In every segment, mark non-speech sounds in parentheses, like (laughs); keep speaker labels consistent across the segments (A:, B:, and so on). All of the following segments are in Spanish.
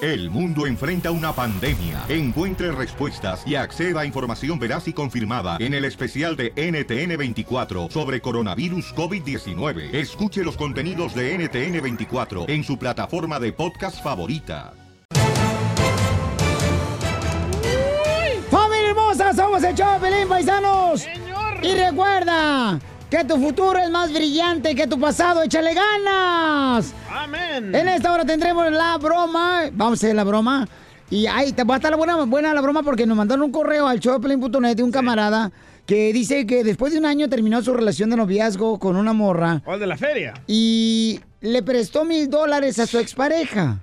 A: El mundo enfrenta una pandemia. Encuentre respuestas y acceda a información veraz y confirmada en el especial de NTN24 sobre coronavirus COVID-19. Escuche los contenidos de NTN24 en su plataforma de podcast favorita.
B: ¡Familia hermosa! Somos el show de Pelín, paisanos. Y recuerda que tu futuro es más brillante que tu pasado. ¡Échale ganas!
C: Amén.
B: En esta hora tendremos la broma. Vamos a hacer la broma. Y ahí te va a estar la buena, buena la broma porque nos mandaron un correo al showpelín.net de un camarada que dice que después de un año terminó su relación de noviazgo con una morra
C: ¿Cuál de la feria?
B: y le prestó mil dólares a su expareja.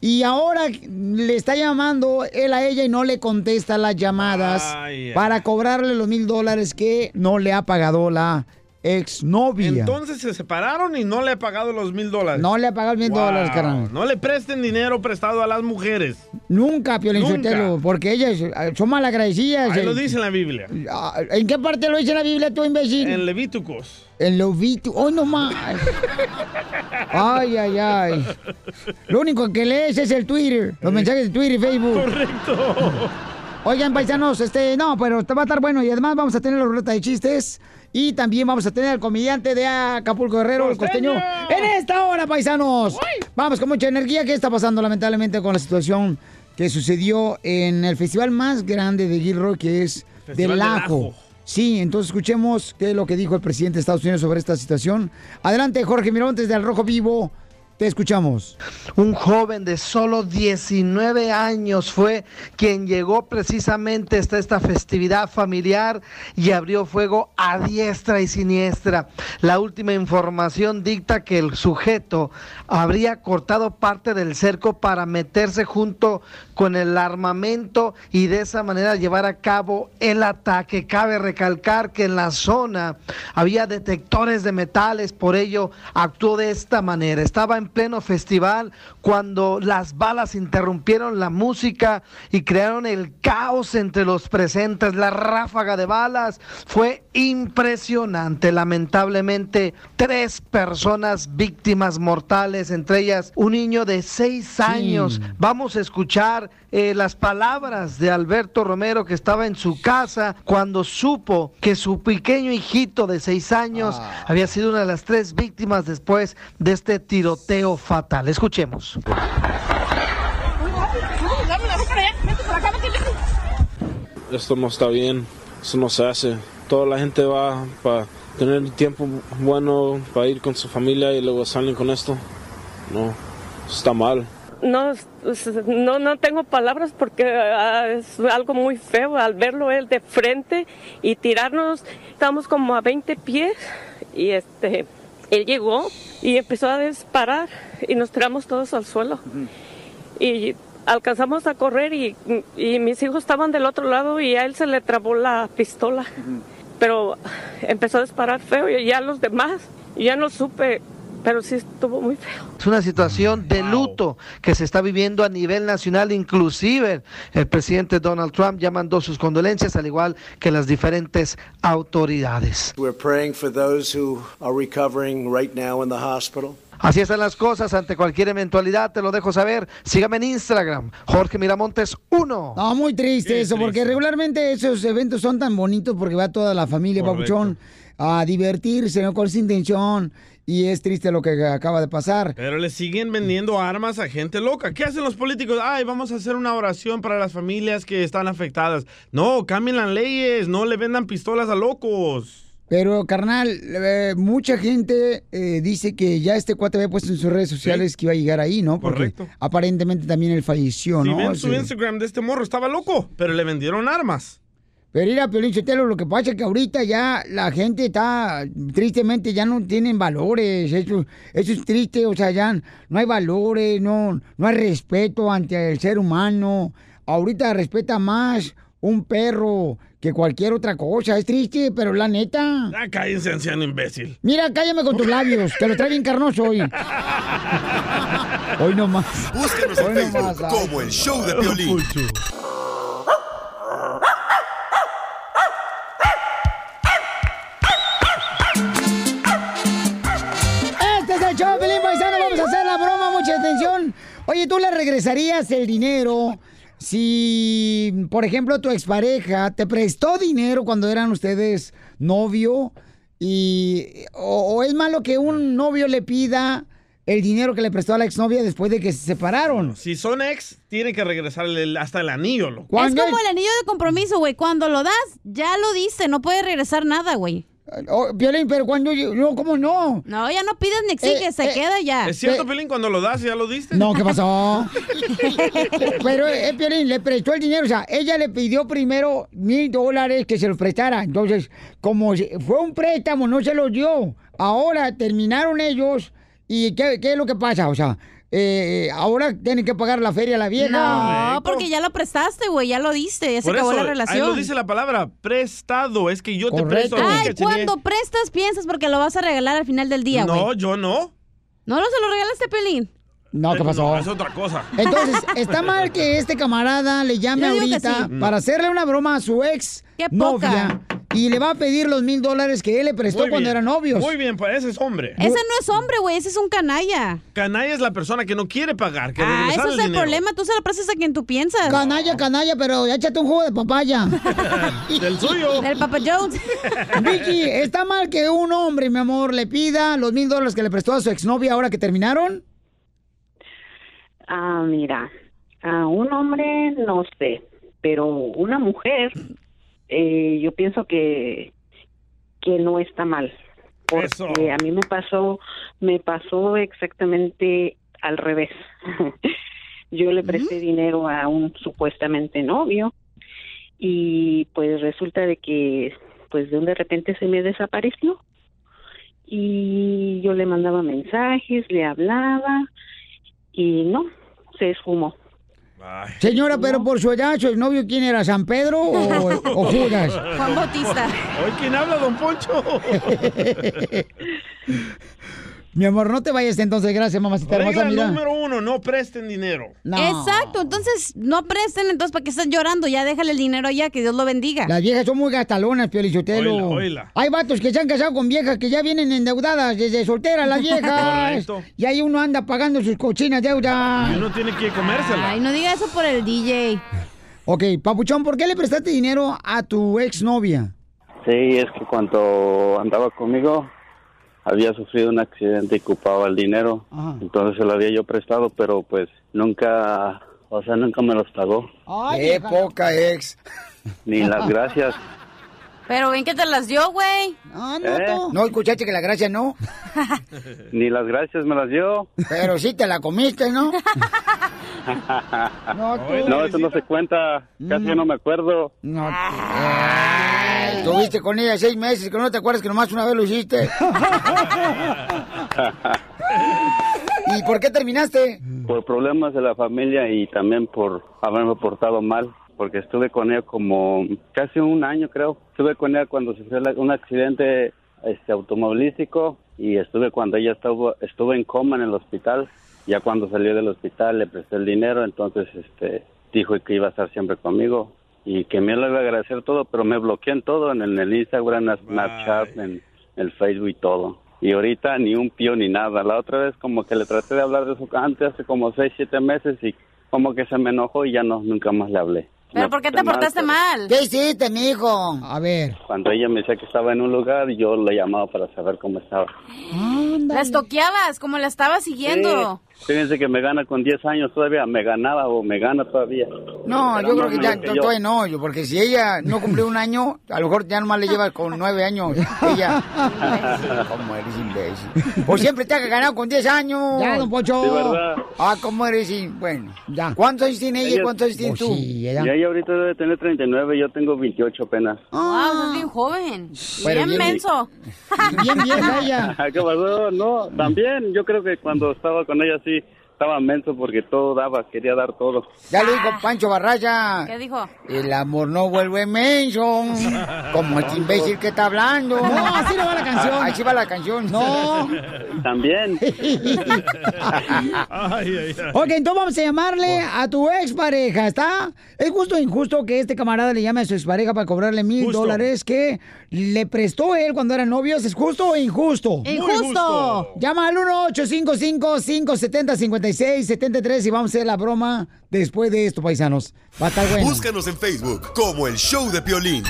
B: Y ahora le está llamando él a ella y no le contesta las llamadas
C: Vaya.
B: para cobrarle los mil dólares que no le ha pagado la exnovia.
C: Entonces se separaron y no le ha pagado los mil dólares.
B: No le ha pagado mil
C: Wow.
B: dólares, carnal.
C: No le presten dinero prestado a las mujeres.
B: Nunca, Piolín
C: Nunca.
B: Sotelo, porque ellas eh, son malagradecidas.
C: Ahí
B: eh.
C: lo dice en la Biblia.
B: Ah, ¿En qué parte lo dice la Biblia, tú, imbécil?
C: En Levíticos.
B: En lo vi tu- ¡Hoy no más! ¡Ay, ay, ay! Lo único que lees es el Twitter, los mensajes de Twitter y Facebook.
C: Ah, Correcto.
B: Oigan, paisanos, este, no, pero te va a estar bueno. Y además vamos a tener la ruleta de chistes. Y también vamos a tener al comediante de Acapulco Guerrero, el costeño. En esta hora, paisanos. Vamos con mucha energía. ¿Qué está pasando, lamentablemente, con la situación que sucedió en el festival más grande de Gilroy, que es
C: Festival
B: del
C: del
B: Ajo?
C: Ajo.
B: Sí, entonces escuchemos qué es lo que dijo el presidente de Estados Unidos sobre esta situación. Adelante, Jorge Mirón, desde El Rojo Vivo. Te escuchamos.
D: Un joven de solo 19 años fue quien llegó precisamente hasta esta festividad familiar y abrió fuego a diestra y siniestra. La última información dicta que el sujeto habría cortado parte del cerco para meterse junto con el armamento y de esa manera llevar a cabo el ataque. Cabe recalcar que en la zona había detectores de metales, por ello actuó de esta manera. Estaba en pleno festival cuando las balas interrumpieron la música y crearon el caos entre los presentes. La ráfaga de balas fue impresionante. Lamentablemente, tres personas víctimas mortales, entre ellas un niño de seis años. Vamos a escuchar eh, las palabras de Alberto Romero que estaba en su casa cuando supo que su pequeño hijito de seis años había sido una de las tres víctimas después de este tiroteo fatal. Escuchemos.
E: Esto no está bien, eso no se hace. Toda la gente va para tener tiempo bueno, para ir con su familia y luego salen con esto. No, eso está mal.
F: No, pues, no, no tengo palabras porque ah, es algo muy feo al verlo él de frente y tirarnos. Estamos como a 20 pies y este, él llegó y empezó a disparar y nos tiramos todos al suelo. Y alcanzamos a correr y, y mis hijos estaban del otro lado y a él se le trabó la pistola. Pero empezó a disparar feo y ya los demás, ya no supe, pero sí estuvo muy feo.
D: Es una situación de luto que se está viviendo a nivel nacional, inclusive el presidente Donald Trump ya mandó sus condolencias, al igual que las diferentes autoridades.
G: We're praying for those who are recovering right now in the hospital.
D: Así están las cosas ante cualquier eventualidad, te lo dejo saber. Sígame en Instagram, Jorge Miramontes 1.
B: No, muy triste
C: Qué
B: eso, porque
C: triste.
B: regularmente esos eventos son tan bonitos porque va toda la familia,
C: Correcto.
B: Papuchón, a divertirse, ¿no? Con esa intención. Y es triste lo que acaba de pasar.
C: Pero le siguen vendiendo armas a gente loca. ¿Qué hacen los políticos? Ay, vamos a hacer una oración para las familias que están afectadas. No, cambien las leyes, no le vendan pistolas a locos.
B: Pero, carnal, eh, mucha gente eh, dice que ya este cuate había puesto en sus redes sociales que iba a llegar ahí, ¿no? Porque
C: Correcto.
B: aparentemente también él falleció,
C: Si
B: ¿no?
C: ven su
B: Sí.
C: Instagram de este morro, estaba loco, pero le vendieron armas.
B: Pero mira, Piolín Sotelo, lo que pasa es que ahorita ya la gente está, tristemente, ya no tienen valores. Eso, eso es triste, o sea, ya no hay valores, no, no hay respeto ante el ser humano. Ahorita respeta más un perro que cualquier otra cosa. Es triste, pero la neta.
C: Ah, cállense, anciano imbécil.
B: Mira, cállame con tus labios, te lo trae bien carnoso hoy. Hoy no más.
H: Búscanos en
B: Hoy no más,
H: Facebook
B: ay.
H: como el show de Piolín.
B: Este es el show, Pelín Paisano. Vamos a hacer la broma, mucha atención. Oye, ¿tú le regresarías el dinero si, por ejemplo, tu expareja te prestó dinero cuando eran ustedes novio? Y, o, o es malo que un novio le pida el dinero que le prestó a la exnovia después de que se
C: (laughs)
B: separaron?
C: Si son ex, tiene que regresarle el- hasta el anillo, loco.
B: Cuando-
H: Es como el anillo de compromiso, güey. Cuando lo das, ya lo diste. No puedes regresar nada, güey.
B: Oh, Violín, pero cuando yo, no, ¿cómo no? Eh,
H: No, ya no pides ni exiges. se queda ya.
C: ¿Es cierto, Pelín? Cuando lo das, ¿ya lo diste?
B: No,
C: (laughs)
B: ¿qué pasó? Pero, eh, Piolín, le prestó el dinero. O sea, ella le pidió primero mil dólares que se los prestara. Entonces, como se- fue un préstamo, no se los dio. Ahora terminaron ellos. ¿Y qué, qué es lo que pasa? O sea, eh, ahora tienen que pagar la feria a la vieja.
H: No, porque ya lo prestaste, güey. Ya lo diste. Ya se
C: Por
H: acabó
C: eso, ahí
H: la relación.
C: lo dice la palabra, prestado. Es que yo te presto. a ti,
H: Ay,
C: cachanilla.
H: cuando prestas piensas porque lo vas a regalar al final del día, güey.
C: No, yo no.
H: No, no se lo regalaste, Pelín.
B: No, ¿qué pasó?
C: No, es otra cosa.
B: Entonces,
C: (laughs)
B: está mal que este camarada le llame
H: Yo digo que
B: ahorita
H: sí.
B: para hacerle una broma a su ex
H: Qué poca.
B: novia y le va a pedir los mil dólares que él le prestó
C: Muy
B: cuando
C: bien.
B: eran novios.
C: Muy bien, pues ese es hombre.
H: Ese no es hombre, güey. Ese es un canalla.
C: Canalla es la persona que no quiere pagar, que
H: Ah,
C: regresar
H: eso
C: el
H: es el
C: dinero.
H: problema. Tú se lo prestas a quien tú piensas.
B: Canalla, canalla, pero échate un jugo de papaya. (laughs)
C: Del suyo.
H: El Papa Jones.
B: Vicky, ¿está mal que un hombre, mi amor, le pida los mil dólares que le prestó a su exnovia ahora que terminaron?
I: Ah, mira, a un hombre no sé, pero una mujer, eh, yo pienso que que no está mal, porque
C: Eso.
I: a mí me pasó me pasó exactamente al revés. (laughs) yo le presté dinero a un supuestamente novio y pues resulta de que pues de un de repente se me desapareció y yo le mandaba mensajes, le hablaba y no, se esfumó.
C: Ay,
B: Señora, pero por su edad, ¿su exnovio quién era? ¿San Pedro
H: (laughs)
B: o, o Judas?
C: (laughs)
H: Juan Bautista.
C: Hoy quién habla, don Poncho.
B: (laughs) Mi amor, no te vayas entonces, gracias, mamacita hermosa,
C: Regla
B: mira.
C: número uno, no presten dinero.
B: No.
H: Exacto. Entonces, no presten. Entonces, ¿para qué están llorando? Ya déjale el dinero allá. Que Dios lo bendiga.
B: Las viejas son muy gastalonas,
C: Oíla,
B: Piolichotelo.
C: oíla.
B: Hay vatos que se han casado con viejas que ya vienen endeudadas desde solteras las viejas.
C: Correcto.
B: y ahí uno anda pagando sus cochinas deudas.
C: Y uno tiene que comérsela.
H: Ay, no diga eso por el DJ.
B: Ok, Papuchón, ¿por qué le prestaste dinero a tu exnovia?
J: Sí, es que cuando andaba conmigo había sufrido un accidente y ocupaba el dinero.
B: Ajá.
J: Entonces se lo había yo prestado, pero pues nunca, o sea, nunca me los pagó.
B: Ay,
K: poca ex.
J: Ni
B: (laughs)
J: las gracias.
H: Pero ven que te las dio, güey.
B: no,
J: ¿Eh?
B: no, no escuchaste que la gracia no,
J: Ni las gracias me las dio.
B: pero sí te la comiste, ¿no?
J: (laughs)
B: no, tú,
J: No, eso no se cuenta. Casi no me acuerdo.
B: no, tú. Ay, Estuviste con ella seis meses, que no te acuerdas que nomás una vez lo (laughs) hiciste. ¿Y por qué terminaste?
J: (laughs) Por problemas de la familia y también por haberme portado mal. Porque estuve con ella como casi un año, creo. Estuve con ella cuando sufrió la- un accidente este, automovilístico y estuve cuando ella estuvo, estuvo en coma en el hospital. Ya cuando salió del hospital le presté el dinero, entonces este, dijo que iba a estar siempre conmigo y que me lo iba a agradecer todo, pero me bloqueó en todo, en el, en el Instagram, en Snapchat, en el Facebook y todo. Y ahorita ni un pío ni nada. La otra vez como que le traté de hablar de eso antes, hace como seis, siete meses y como que se me enojó y ya no, nunca más le hablé. Me
H: Pero ¿por qué
J: porté
H: te portaste
J: pero
H: mal?
B: ¿Qué hiciste, mijo? A ver.
J: Cuando ella me decía que estaba en un lugar, yo le llamaba para saber cómo estaba.
H: Las toqueabas, como la estabas siguiendo.
J: Sí, fíjense que me gana con 10 años todavía, me ganaba o me gana todavía.
B: No,
J: Pero
B: yo creo que
J: no,
B: ya
J: no,
B: to-
J: yo-
B: todavía no, yo, porque si ella no cumplió un año, a lo mejor ya nomás le lleva con nueve años. (laughs) Ella.
J: (laughs)
B: ¿Cómo eres imbécil? O siempre te ha ganado con diez años. Ya, don Pocho.
J: Sí, ¿verdad?
B: Ah, ¿cómo eres? im- Bueno, ya. Oh, ¿Cuántos años tiene ella y
J: Ella-
B: cuántos años tienes tú?
J: Y ella ahorita debe tener 39, yo tengo 28 apenas.
H: Wow, estás bien joven.
B: Ah. Pero
H: bien
B: bien-
H: menso.
B: Bien vieja ella.
J: (laughs) ¿Qué pasó? No, también yo creo que cuando estaba con ella sí estaba menso porque todo daba, quería dar todo.
B: Ya
J: (laughs)
B: lo dijo Pancho Barraya.
H: ¿Qué dijo?
B: El amor no vuelve menso. Como
J: (laughs)
B: este imbécil que está hablando. No, así no va la canción. Así va la canción. (laughs) No. (laughs)
J: También.
C: Ay, ay, ay.
B: Ok, entonces vamos a llamarle a tu expareja, ¿está? Es justo o injusto que este camarada le llame a su expareja para cobrarle mil
C: Justo.
B: dólares que le prestó él cuando eran novios. ¿Es justo o injusto?
H: Injusto.
B: Llama al 1 855 570 5673 y vamos a hacer la broma después de esto, paisanos. Va a estar bueno.
L: Búscanos en Facebook como el show de Piolín.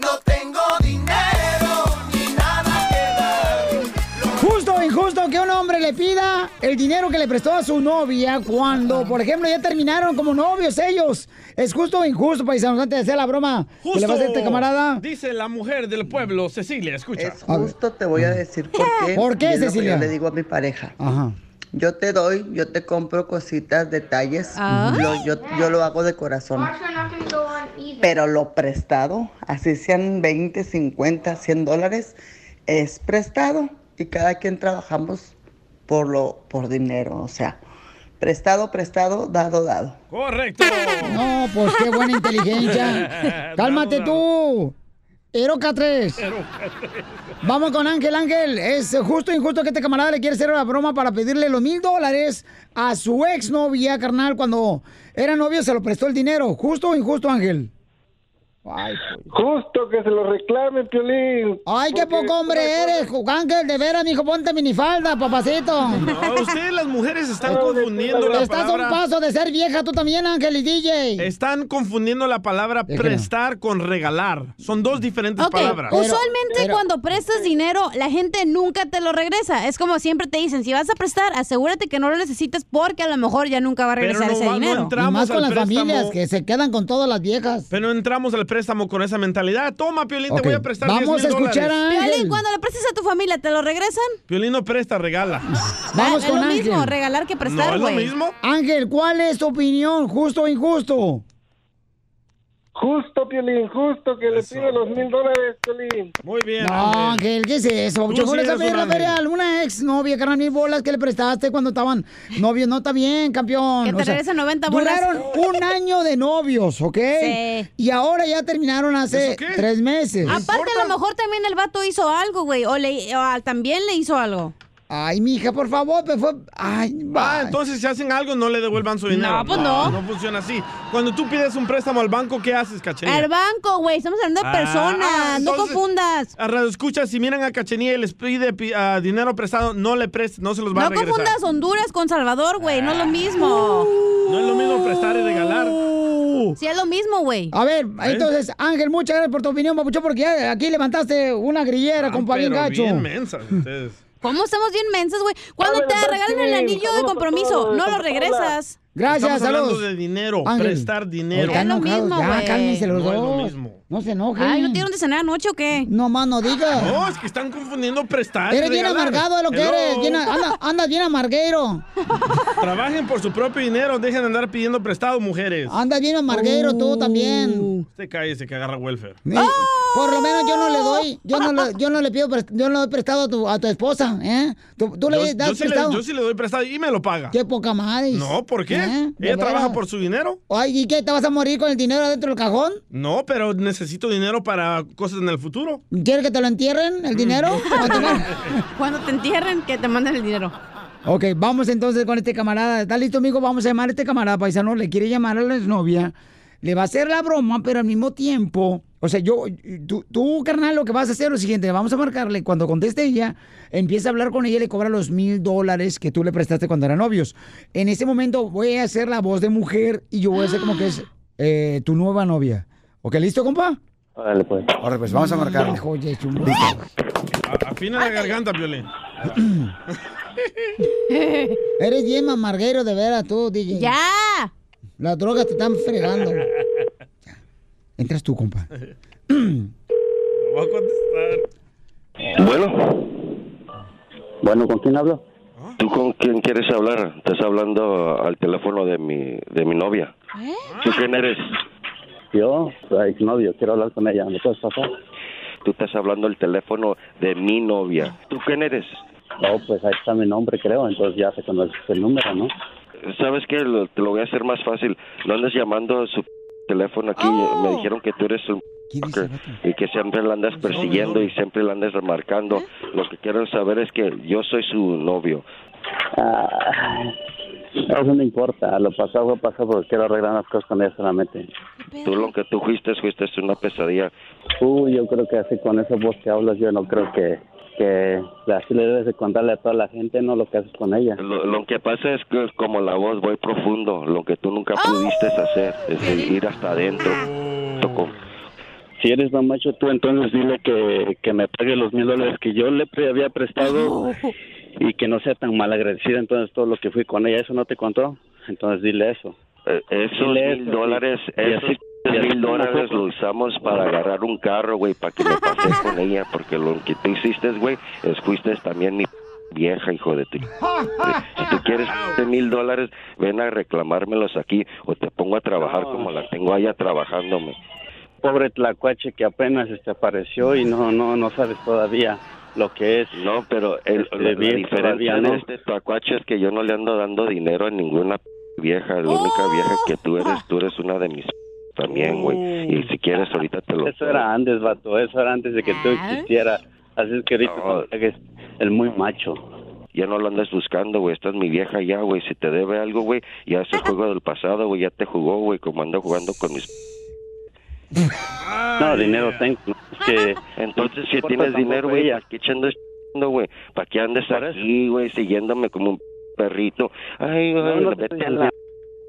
M: No tengo dinero ni nada que dar.
B: Justo o injusto que un hombre le pida el dinero que le prestó a su novia cuando, por ejemplo, ya terminaron como novios ellos. Es justo o injusto, paisanos, antes de hacer la broma. que le va a hacer este camarada?
C: Dice la mujer del pueblo, Cecilia, escucha.
J: Justo te voy a decir por qué.
B: ¿Por qué,
J: Y es lo que
B: Cecilia?
J: Yo le digo a mi pareja.
B: Ajá.
J: Yo te doy, yo te compro cositas, detalles.
N: Ay.
J: Lo- yo, yo lo hago de corazón. Pero lo prestado, así sean 20, 50, 100 dólares, es prestado. Y cada quien trabajamos por, lo, por dinero. O sea, prestado, prestado, dado, dado.
C: Correcto.
B: No, pues qué
J: (laughs)
B: buena inteligencia. Cálmate tú. Eroca 3. Vamos con Ángel. Ángel, es justo e injusto que este camarada le quiere hacer una broma para pedirle los mil dólares a su exnovia, carnal, cuando era novio se lo prestó el dinero. ¿Justo o injusto, Ángel?
O: Justo que se lo reclame, Piolín.
B: Ay, qué
O: Porque-
B: poco hombre eres, Ju- Ángel, de veras, mijo, ponte minifalda, papacito.
C: No, ustedes las mujeres están confundiendo la
B: Estás a un
C: palabra. Eh.
B: paso de ser vieja tú también, Ángel y DJ.
C: Están confundiendo la palabra prestar con regalar. Son dos diferentes
H: (laughs) Ok,
C: palabras.
H: usualmente cuando prestas dinero, la gente nunca te lo regresa. Es como siempre te dicen, si vas a prestar, asegúrate que no lo necesites porque a lo mejor ya nunca va a regresar ese dinero.
B: Y más con
C: al
B: las
C: préstamo.
B: familias que se quedan con todas las viejas.
C: Pero entramos al préstamo con esa mentalidad. Toma, Piolín,
B: Ok,
C: te voy a prestar
B: vamos
C: 10,000
B: a escuchar a
C: dólares.
H: Piolín, cuando le prestes a tu familia, ¿te lo regresan?
C: Piolín no presta, regala.
H: Ah, es lo mismo, regalar que prestar,
C: ¿No es lo
H: güey.
C: mismo?
B: Ángel, ¿cuál es tu opinión? ¿Justo o injusto?
O: Justo, Piolín, justo que le pida los mil dólares, Piolín.
C: Muy bien.
B: No, Ángel, ¿qué es eso?
O: Tú
B: Yo
O: sí
B: le
O: eres
B: vas a pedir
O: un
B: la
O: ángel.
B: feria a alguna ex novia, carnal, mil bolas que le prestaste cuando estaban novios. No está bien, campeón.
H: Que te regresen 90 bolas.
B: Duraron un año de novios, ¿ok?
H: Sí.
B: Y ahora ya terminaron hace tres meses.
H: Aparte, a lo mejor también el vato hizo algo, güey. O, le, o a- también le hizo algo.
B: Ay, mija, por favor, pues fue... Ay,
C: Ah, entonces si hacen algo, no le devuelvan su dinero.
H: No, pues no.
C: No funciona así. Cuando tú pides un préstamo al banco, ¿qué haces, Cachenía?
H: Al banco, güey. Estamos hablando de
C: Ah,
H: personas.
C: ah,
H: no
C: entonces-
H: confundas.
C: A Radio Escucha, si miran a Cachenía y les pide pi- ah, dinero prestado, no le prestes, no se los va a
H: No
C: regresar. Ah.
H: confundas Honduras con Salvador, güey. No es lo mismo.
C: No es lo mismo prestar y regalar.
H: Sí, es lo mismo, güey.
B: A ver, entonces, Ángel, muchas gracias por tu opinión, papucho, porque ya aquí levantaste una grillera, compa, bien
C: Pero
B: gacho.
C: bien mensas ustedes.
H: ¿Cómo estamos bien mensos, güey? Cuando
C: Ándale,
H: te
C: pues,
H: regalan
C: sí,
H: el anillo de
C: saludos a
H: compromiso,
C: todos,
H: no lo
C: Santa Paula.
H: regresas.
B: Gracias,
C: Estamos hablando
B: saludos.
C: de dinero,
B: Ángel.
C: prestar dinero.
B: Están
H: Es lo
B: enojados,
H: mismo,
B: ya,
H: güey.
B: cálmense los
C: No es lo
B: dos.
C: mismo.
B: No se enojen.
H: Ay, ¿no te dieron de cenar anoche o qué?
B: No, más no digas.
C: No, es que están confundiendo prestar. y
B: Eres bien
C: regalar.
B: amargado de lo que
C: Hello.
B: eres. bien a- anda, andas bien amarguero.
C: Trabajen por su propio dinero, dejen de andar pidiendo prestado, mujeres.
B: Andas bien amarguero tú también.
C: Usted cállese que agarra welfare. Ah.
B: Eh, Por lo menos yo no le doy, yo no le, yo no le pido, pres- yo no le doy prestado a tu, a tu esposa, ¿eh? Tú,
C: Yo-
B: tú le
C: yo
B: das
C: sí le-
B: prestado.
C: yo sí le doy prestado y me lo paga.
B: Qué poca madre.
C: No, ¿por qué?
B: ¿Eh? De
C: Ella trabaja
B: veras.
C: por su dinero.
B: Ay, ¿y qué? ¿Te vas a morir con el dinero adentro del cajón?
C: No, pero necesito dinero para cosas en el futuro.
B: ¿Quieres que te lo entierren, el
H: (laughs)
B: dinero? ¿O te van-
H: Mm. Cuando te entierren, que te manden el dinero.
B: Ok, vamos entonces con este camarada. ¿Está listo, amigo? Vamos a llamar a este camarada paisano. Le quiere llamar a la exnovia. Le va a hacer la broma, pero al mismo tiempo. O sea, yo, tú, tú, carnal, lo que vas a hacer es lo siguiente: vamos a marcarle. Cuando conteste ella, empieza a hablar con ella y le cobra los mil dólares que tú le prestaste cuando eran novios. En ese momento voy a hacer la voz de mujer y yo voy a hacer como que es eh, tu nueva novia. ¿Ok, listo, compa?
P: Órale, pues.
B: Ahora, pues
P: vamos a marcarle.
C: A- Afina la garganta, Piolín. (laughs)
B: (laughs) Eres bien mamarguero de veras tú, DJ.
H: ¡Ya!
B: Las drogas te están
N: (clears throat)
B: fregando. Entras tú, compa.
C: No va a contestar.
Q: Bueno.
P: Bueno, ¿con quién hablo?
Q: ¿Tú con quién quieres hablar? Estás hablando al teléfono de mi, de mi novia. ¿Tú quién eres?
P: Yo, la exnovio, quiero hablar con ella. ¿Me puedes pasar?
Q: Tú estás hablando al teléfono de mi novia. ¿Tú quién eres?
P: No, pues ahí está mi nombre, creo. Entonces ya se conoce el número, ¿no?
Q: ¿Sabes qué? Lo- te lo voy a hacer más fácil. No andes llamando a su p- teléfono aquí. Me dijeron que tú eres un... p- Y que siempre la andas persiguiendo y siempre la andas remarcando. Lo que quiero saber es que yo soy su novio.
P: Ah, eso no importa. Lo pasado fue pasado porque quiero arreglar las cosas con ella solamente.
Q: Tú lo que tú fuiste, fuiste una pesadilla.
P: Uy, yo creo que así con esa voz que hablas, yo no creo que
J: que así le debes de contarle a toda la gente, no lo que haces con ella.
Q: Lo, lo que pasa es que como la voz voy profundo, lo que tú nunca pudiste hacer es el ir hasta adentro. Tocó.
J: Si eres mamacho tú, entonces dile que, que me pague los mil dólares que yo le pre- había prestado y que no sea tan malagradecida. Entonces todo lo que fui con ella, ¿eso no te contó? Entonces dile eso.
Q: Eh, Esos
J: Dile
Q: mil
J: eso,
Q: dólares,
J: sí. Y
Q: esos
J: así- y así
Q: mil
J: como
Q: dólares
J: fue,
Q: lo usamos para agarrar un carro, güey, para que me pasé con ella, porque lo que tú hiciste, güey, es fuiste también mi vieja, hijo de ti. Si tú quieres de mil dólares, ven a reclamármelos aquí o te pongo a trabajar como la tengo allá trabajándome.
J: pobre tlacuache que apenas este apareció y no no no sabes todavía lo que es
Q: no pero el,
J: este,
Q: La, la
J: bien
Q: diferencia
J: todavía, ¿no?
Q: de este tacuache es que yo no le ando dando dinero a ninguna vieja. La única vieja que tú eres, tú eres una de mis también, güey. Y si quieres, ahorita te lo
J: Mm. eso era antes vato eso era antes de que tú existieras así es que ahorita cuando llegues, el muy macho
Q: ya no lo andas buscando, güey. Esta es mi vieja ya, güey. Si te debe algo, güey, ya es el juego del pasado, güey. Ya te jugó, güey, como ando jugando con mis...
J: no dinero tengo es que
Q: Entonces, si
J: No importa
Q: tienes
J: tampoco
Q: dinero, güey,
J: ella.
Q: ¿para qué echando ese chingando, güey? ¿Para qué andes aquí, güey, siguiéndome como un perrito? Ay,
J: No,
Q: güey,
J: no te
Q: vete
J: estoy
Q: a la...
J: hablando.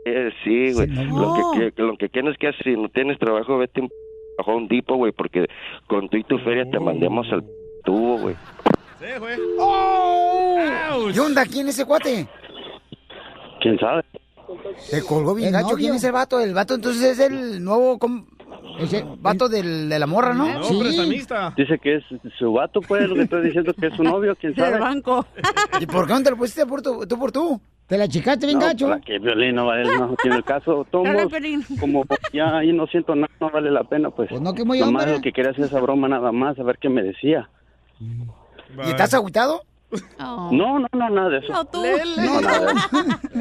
Q: Eh, sí, güey. Lo,
J: enojó.
Q: que, que- lo que tienes que hacer, si no tienes trabajo, vete a un a Home Depot, güey, porque con tú y tu feria te mandemos al tubo, güey.
B: ¡Oh! ¿Qué onda? ¿Quién es ese cuate?
J: quién sabe
N: Se colgó
B: bien
N: bien gacho.
B: novio.
N: ¿Quién es el vato? El vato entonces es el nuevo com- vato del, de la morra, ¿no?
B: No, Sí.
C: prestamista.
J: dice que es su vato pues lo que estoy diciendo que es su novio
N: (laughs)
J: (laughs) quién sabe
N: banco. ¿Y por qué no te lo pusiste por tu- tú por tú?
B: Te la chicaste
J: No, para que violín no vale no tiene el
N: (laughs)
J: caso
N: Habla,
J: tomo
N: Piolín.
J: como pues, ya ahí no siento nada no vale la pena pues,
B: no que
N: muy
J: nomás
N: hombre.
J: lo que quería hacer esa broma nada más a ver qué me decía
N: ¿Y estás agüitado?
J: no no no nada de eso
N: No, tú.
J: No, nada de eso.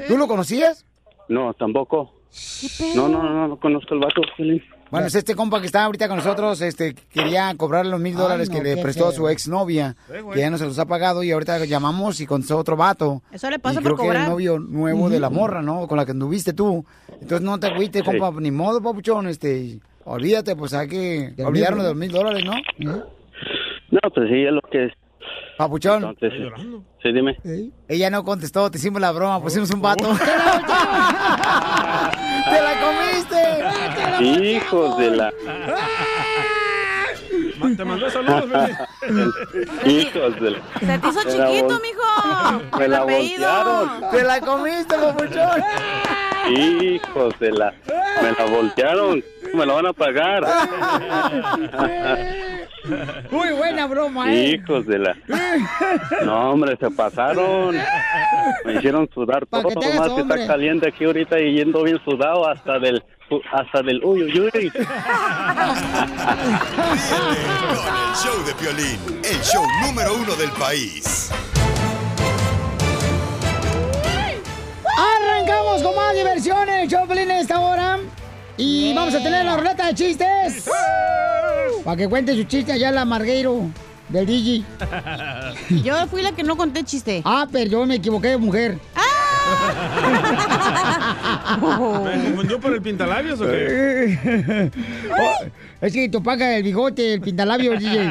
N: (laughs) ¿Tú lo conocías?
J: No, tampoco. No, no, no, no conozco el vato, Piolín.
N: Bueno, es este compa que está ahorita con nosotros, este, quería cobrar los mil dólares
B: no,
N: que le
B: qué
N: prestó a
B: feo.
N: su exnovia, que ya no se los ha pagado y ahorita llamamos y contestó otro vato.
H: Eso le pasa
N: y
H: por
N: creo que era
H: cobrar.
N: el novio nuevo de la
H: Ujú.
N: morra, ¿no? Con la que anduviste tú. Entonces no te agüites,
H: Sí.
N: compa, ni modo, papuchón, este, olvídate, pues hay que
B: mil
N: olvidarnos de
B: dólares.
N: los mil dólares, ¿no?
J: No, pues sí, es lo que es.
N: Papuchón.
J: Entonces, sí, dime.
N: Ella no contestó, te hicimos la broma, pusimos un vato. ¡Te la comiste!
J: Hijos de la...
C: Te mandó
J: (laughs)
C: saludos, bebé.
J: Hijos de la...
H: Se te hizo
J: Me la
H: chiquito,
J: vol-
H: mijo.
J: (laughs) Me
H: El
J: la
H: apellido.
J: voltearon.
N: ¡Te la comiste, papuchón!
J: Hijos de la... Me la voltearon. Me la van a pagar.
B: Muy buena broma, ¿eh?
J: Hijos de la...
C: (laughs)
J: No, hombre, se pasaron. Me hicieron sudar
B: Pa' que
J: todo.
B: te hagas
J: Más que
B: hombre.
J: está caliente aquí ahorita y yendo bien sudado hasta del... Hasta del... Uy, uy, uy.
L: Ríete con el show de Piolín, el show número uno del país.
B: Arrancamos con más diversión en el show Pelín a esta hora. Y
N: Yeah.
B: vamos a tener la ruleta de chistes. Para que cuente su chiste allá la Margueiro del DJ.
H: Yo fui la que no conté chiste.
B: Ah, perdón, me equivoqué de
H: (laughs)
B: mujer.
C: ¿Me confundió por el pintalabios o qué?
B: Oh, es que tu paga el bigote, el pintalabio,
H: (laughs)
B: DJ.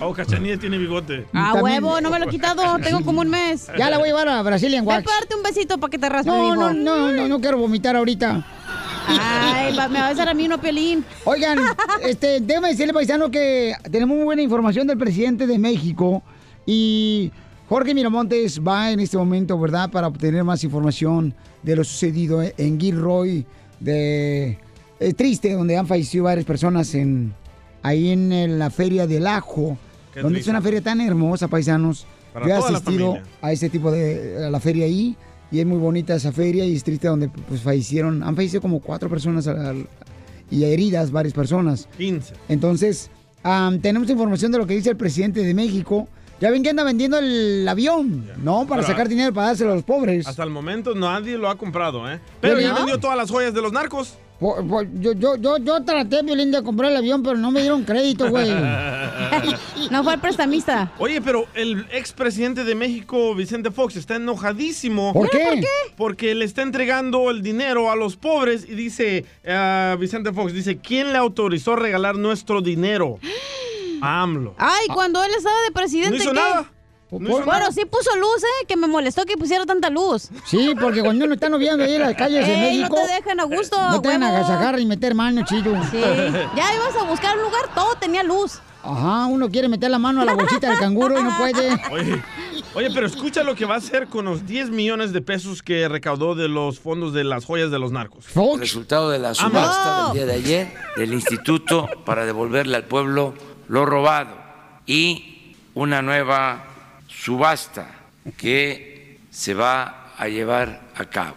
C: Oh, Cachanilla tiene bigote.
H: A
B: También-
H: huevo, no me lo he quitado. Tengo como un mes.
B: Ya la voy a llevar a Brazilian
H: Ven
B: Wax.
H: para darte un besito para que te raspe,
B: No,
H: mijo.
B: no, no, no, no quiero vomitar ahorita.
H: Ay, va- me va a besar a mí uno pelín.
B: Oigan, este, déjame decirle, paisano, que tenemos muy buena información del presidente de México y Jorge Miramontes va en este momento, ¿verdad?, para obtener más información de lo sucedido en Gilroy, de eh, Triste, donde han fallecido varias personas en ahí en, eh, la Feria del Ajo,
N: Qué
B: donde
N: triste.
B: es una feria tan hermosa, paisanos.
N: Para
B: Yo he
N: toda la
B: asistido
N: familia.
B: a ese tipo de a la feria ahí y es muy bonita esa feria y es triste donde pues fallecieron, han fallecido como cuatro personas al- al- y heridas varias personas.
C: 15.
B: Entonces, am, tenemos información de lo que dice el presidente de México. Ya ven que anda vendiendo el avión, ¿no? Para
C: Pero,
B: sacar dinero para dárselo a los pobres.
C: Hasta el momento nadie lo ha comprado, ¿eh? Pero
B: ¿Pero
C: ya
B: no?
C: vendió todas las joyas de los narcos.
B: Po- po- yo, yo, yo, yo traté, Violín, de comprar el avión, pero no me dieron crédito, güey.
H: (laughs)
B: (laughs)
H: No fue el prestamista.
C: (laughs) Oye, pero el expresidente de México, Vicente Fox, está enojadísimo.
B: ¿Por qué? ¿Por qué?
C: Porque le está entregando el dinero a los pobres y eh,
B: (gasps)
C: dice, ah, Vicente Fox, dice, ¿quién le autorizó regalar nuestro dinero? AMLO.
H: Ay, cuando él estaba de presidente.
C: No hizo
H: ¿qué?
C: nada.
H: bueno, sí puso luz, ¿eh? Que me molestó que pusiera tanta luz.
B: Sí, porque cuando
H: (laughs)
B: uno está noviando ahí en las calles de
H: Ey,
B: México.
H: No te dejan a gusto.
B: No te van a
H: huevo.
B: agasajar y meter mano, chido.
H: Sí. Ya ibas a buscar un lugar, todo tenía luz.
B: Ajá, uno quiere meter la mano a la bolsita del canguro y no puede.
C: Oye, oye, pero escucha lo que va a hacer con los 10 millones de pesos que recaudó de los fondos de las joyas de los narcos.
E: El resultado de
B: Ah,
E: la subasta del día de ayer del instituto para devolverle al pueblo lo robado y una nueva subasta que se va a llevar a cabo.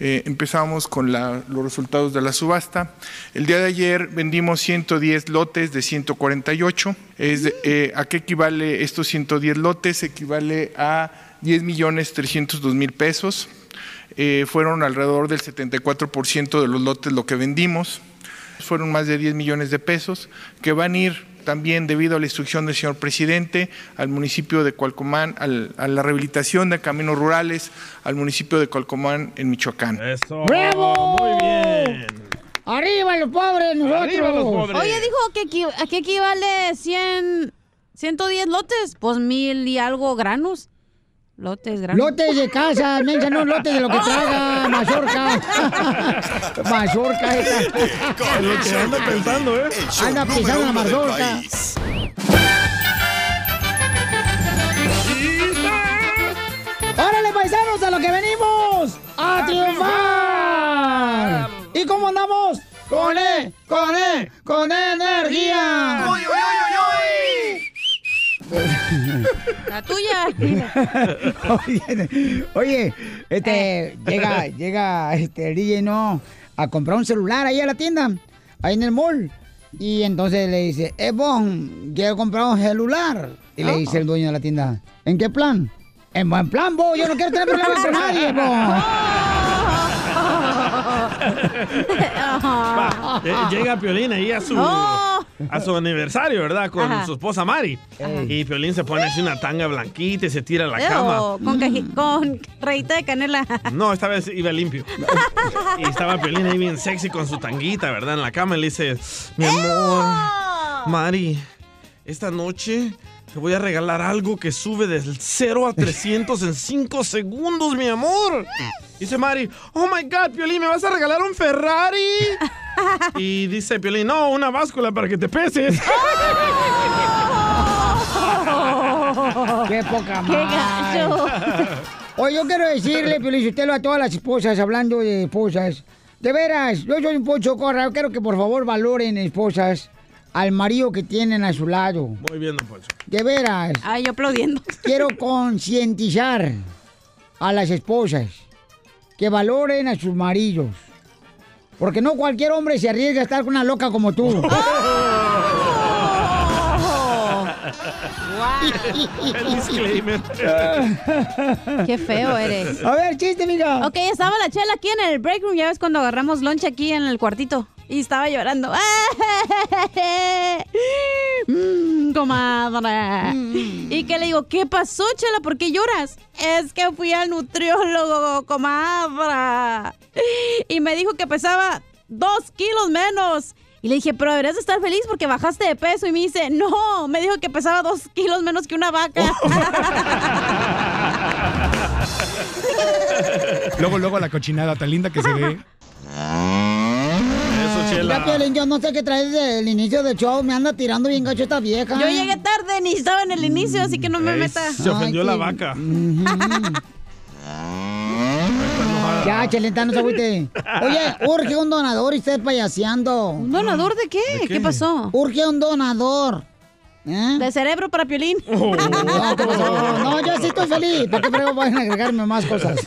R: Eh, empezamos con la- los resultados de la subasta. El día de ayer vendimos 110 lotes de 148. Es de- eh, ¿A qué equivale estos 110 lotes? Equivale a 10 millones 302 mil pesos. Eh, fueron alrededor del 74% de los lotes lo que vendimos. Fueron más de 10 millones de pesos que van a ir también debido a la instrucción del señor presidente al municipio de Cualcomán, al- a la rehabilitación de caminos rurales al municipio de Cualcomán en Michoacán.
B: ¡Bravo!
R: Muy
C: bien.
B: ¡Arriba los pobres, nosotros!
H: Oye, dijo que aquí, a qué equivale 100, 110 lotes. Pues mil y algo granos. Lotes granos.
B: Lotes de casa,
H: (laughs)
B: mensa, no lotes de lo que
N: (laughs)
B: traga, mazorca. mazorca esta.
N: Lo que anda pensando, ¿eh?
B: Anda pisando la mazorca. ¡Órale, paisanos, a lo que venimos! ¡A triunfar! ¿Y cómo andamos? ¡Con E, con E, con energía!
N: ¡Uy, uy, uy,
H: La tuya.
B: (laughs) oye, oye, este, llega, llega, este, el DJ, ¿no? A comprar un celular ahí a la tienda, ahí en el mall. Y entonces le dice, eh, bon, quiero comprar un celular. Y le dice el dueño de la tienda, ¿en qué plan? En buen plan, bo, yo no quiero tener problemas con nadie, bo.
C: Va, eh, llega Piolín ahí a su,
N: No.
C: a su aniversario, ¿verdad? Con
H: Ajá.
C: su esposa Mari.
H: Ajá.
C: Y Piolín se pone así una tanga blanquita y se tira a la cama.
H: Oh,
C: Mm.
H: con, caji- con rayita de canela.
C: No, esta vez iba limpio. Y estaba Piolín ahí bien sexy con su tanguita, ¿verdad? En la cama y le dice, mi amor, Mari, esta noche te voy a regalar algo que sube del 0 a 300 en 5 segundos, mi amor. Dice Mari, oh my God, Piolín, ¿me vas a regalar un Ferrari? Y dice Piolín, no, una báscula para que te peses.
B: ¡Qué poca
N: Qué
B: madre.
N: gacho.
B: Oye, yo quiero decirle, Felicitelo, a todas las esposas, hablando de esposas. De veras, yo soy un pocho corra. Yo quiero que por favor valoren, esposas, al marido que tienen a su lado.
C: Muy bien, don Poncho.
B: De veras.
H: Ay, yo aplaudiendo.
B: Quiero concientizar a las esposas que valoren a sus maridos. Porque no cualquier hombre se arriesga a estar con una loca como tú.
N: El disclaimer.
H: (laughs) Qué feo eres.
B: A ver, chiste, amiga.
H: Ok, estaba la chela aquí en el break room. Ya ves cuando agarramos lunch aquí en el cuartito. Y estaba llorando. (laughs) Mm, comadre.
B: Mm.
H: Y que le digo, ¿qué pasó, chela? ¿Por qué lloras? Es que fui al nutriólogo, comadre. Y me dijo que pesaba dos kilos menos. Y le dije, pero deberías de estar feliz porque bajaste de peso. Y me dice, no, me dijo que pesaba dos kilos menos que
B: (laughs)
H: una vaca. (laughs)
S: Luego, luego la cochinada tan linda que se ve. Eso,
B: Mira, Piolín, yo no sé qué traes desde el inicio del show. Me anda tirando bien gacho esta vieja.
H: Yo llegué tarde, ni estaba en el inicio, así que no me
B: Ey,
H: meta.
B: se ofendió Ay, la qué-
H: (laughs)
C: vaca.
B: Ya, Chelenta, no te agüite. Oye, urge un donador y estás payaseando. ¿Un
H: donador de qué? ¿Qué pasó?
B: Urge un donador.
H: De cerebro para piolín.
B: Oh.
H: (laughs)
B: No, ¿qué pasó? No, yo sí estoy feliz. ¿Para qué pruebo van a agregarme más cosas?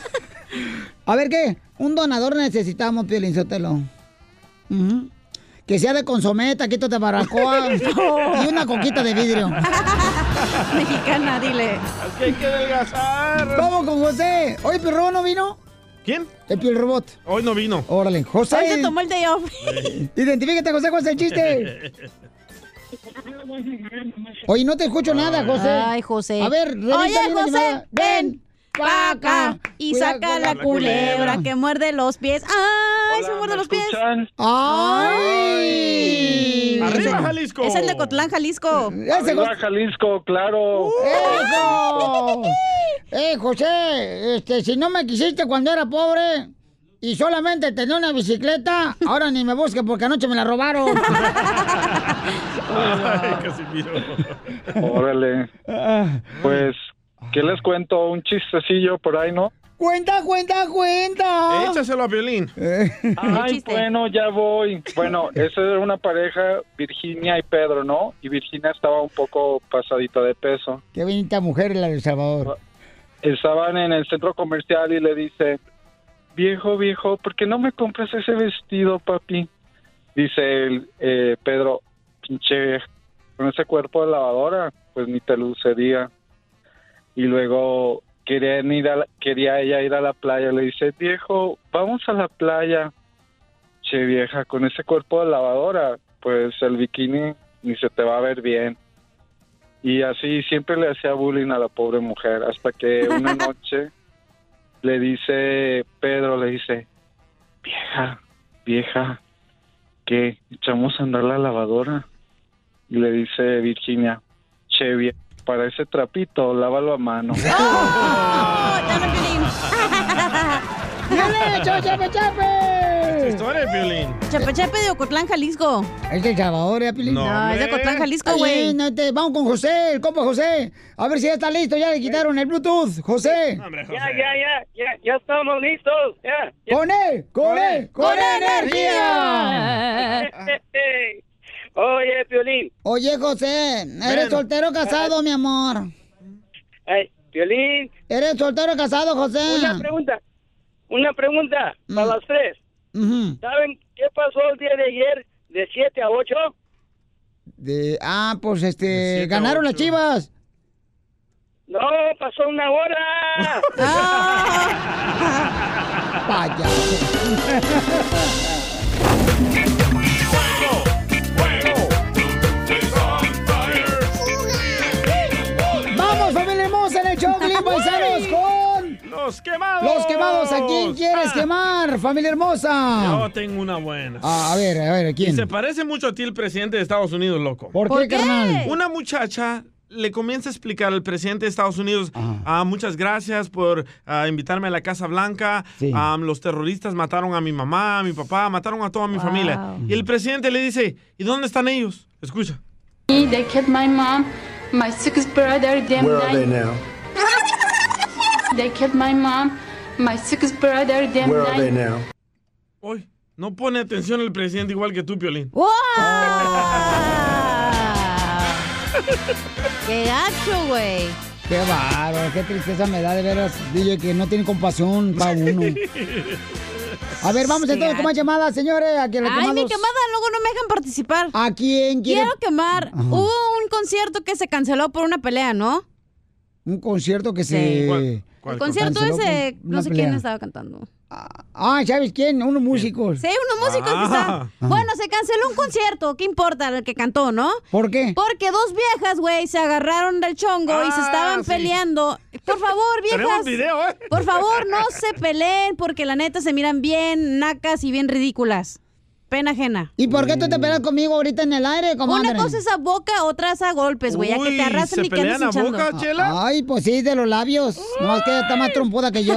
B: A ver, ¿qué? Un donador necesitamos, Piolín Sotelo. Ujú. Que sea de consomé, taquito de barbacoa y una coquita de vidrio.
H: Mexicana, dile.
C: que hay
H: (laughs)
C: que adelgazar.
B: Vamos con José. Hoy Pirro no vino.
C: ¿Quién?
B: El Piel Robot.
C: Hoy no vino.
B: Órale, José.
H: Hoy se tomó el day off.
B: Identifícate, José, José, el chiste. Oye, no te escucho nada, José.
H: Ay, José.
B: A ver, revisa
H: Oye,
B: bien la
H: José,
B: llamada.
H: ven. Vaca. Y
B: Cuidado
H: saca
B: con
H: la
B: la
H: culebra
B: culebra.
H: que muerde los pies. Ay, se muerde los tus pies?
B: ¡Ay!
H: Es
M: Arriba,
H: el-
M: Jalisco.
H: Es el de Cotlán, Jalisco.
M: Arriba, Jalisco, claro.
B: ¡Eso! ¡Eh, José! Este, si no me quisiste cuando era pobre y solamente tenía una bicicleta, ahora ni me busques porque anoche me la
H: (laughs)
B: robaron. Ah.
M: Ay, Órale. Pues, ¿qué les cuento? Un chistecillo por ahí, ¿no?
B: ¡Cuenta, cuenta, cuenta! Eh.
C: Échaselo a Piolín.
M: Ay, bueno, ya voy. Bueno, esa era una pareja, Virginia y Pedro, ¿no? Y Virginia estaba un poco pasadita de peso.
B: ¡Qué bonita mujer la de El Salvador!
M: Estaban en el centro comercial y le dice, viejo, viejo, ¿por qué no me compras ese vestido, papi? Dice el, eh, Pedro, pinche, con ese cuerpo de lavadora, pues ni te lucería. Y luego querían ir a la- quería ella ir a la playa, le dice, viejo, vamos a la playa. Che, vieja, con ese cuerpo de lavadora, pues el bikini ni se te va a ver bien. Y así siempre le hacía bullying a la pobre mujer, hasta que una noche le dice, Pedro le dice, vieja, vieja, ¿qué? ¿Echamos a andar la lavadora? Y le dice Virginia, che, vie- para ese trapito, lávalo a mano.
H: ¡Ah!
B: ¡Dale, chao, chape, chape!
C: Historia, Piolín.
H: Chapachape de Ocotlán, Jalisco.
B: ¿Es de El Salvador, ya, Piolín?
H: No, No, es de hombre. Cotlán, Jalisco,
B: Ay,
H: güey.
B: no te- Vamos con José, el compa José. A ver si ya está listo, ya le quitaron el Bluetooth. José.
T: Ya, ya, ya, ya, ya estamos listos.
B: (laughs)
T: Ya, ya.
B: ¡Con él! ¡Con él! ¡Con energía!
T: Oye, Piolín,
B: Oye, José, ¿eres
T: Ven.
B: soltero o casado, mi amor?
T: ay, Piolín,
B: ¿Eres soltero o casado, José?
T: Una pregunta. una pregunta para las tres.
B: Ujú.
T: ¿Saben qué pasó el día de ayer de 7 a 8?
B: De- ah, pues este,
T: a
B: ganaron las chivas.
T: No, pasó una hora.
B: Ah. Vaya. Vamos, familia hermosa, en el show,
T: (laughs)
B: Piolín, paisanos, con
C: Los quemados.
B: los quemados. ¿A quién
T: Ah.
B: quieres quemar, familia hermosa?
C: Yo tengo una buena.
B: Ah, a ver, a ver, ¿quién?
C: Y se parece mucho a ti el presidente de Estados Unidos, loco.
B: ¿Por qué, ¿Por qué? carnal?
C: Una muchacha le comienza a explicar al presidente de Estados Unidos, ah, muchas gracias por ah, invitarme a la Casa Blanca,
B: Sí.
C: Ah, los terroristas mataron a mi mamá, a mi papá, mataron a toda mi familia. Y el presidente le dice, ¿y dónde están ellos? Escucha.
U: They killed my mom, my six brother, them
C: Where are
U: nine. They killed my mom, my six brother, them nine.
C: Uy, no pone atención el presidente igual que tú, Piolín.
H: ¡Qué gacho, güey!
B: Qué bárbaro, qué tristeza me da de veras, DJ, que no tiene compasión para uno.
T: (laughs)
B: A ver, vamos entonces con más llamadas, señores. A que los
H: Ay, mi
B: quemados-
H: quemada, luego no me dejan participar.
B: ¿A quién quiere-
H: Quiero quemar. Hubo un concierto que se canceló por una pelea, ¿no?
B: Un concierto que se.
H: ¿Cuál- El concierto
B: canceló
H: ese,
B: con
H: no
B: una
H: sé
B: pelea.
H: quién estaba cantando.
B: Ah, ¿sabes quién? Unos músicos.
H: Sí, unos músicos que
B: Ah.
H: están. Bueno, se canceló un concierto, ¿qué importa el que cantó, no?
B: ¿Por qué?
H: Porque dos viejas, güey, se agarraron del chongo y se
M: Ah,
H: estaban
M: sí.
H: peleando.
B: (laughs)
H: Por favor, viejas.
M: Tenemos video, ¿eh?
H: Por favor, no se peleen porque la neta se miran bien nacas y bien ridículas. Pena ajena. Mm.
B: ¿Y por qué tú te peleas conmigo ahorita en el aire, comadre?
H: Una cosa es a boca, otra es a golpes, pues, güey. A que
B: Uy,
H: te arrastren
B: ¿se
H: y que andes
B: pelean a
H: hinchando.
B: boca, Chela? Ay, pues sí, de los labios. No, es que está más trompuda que yo.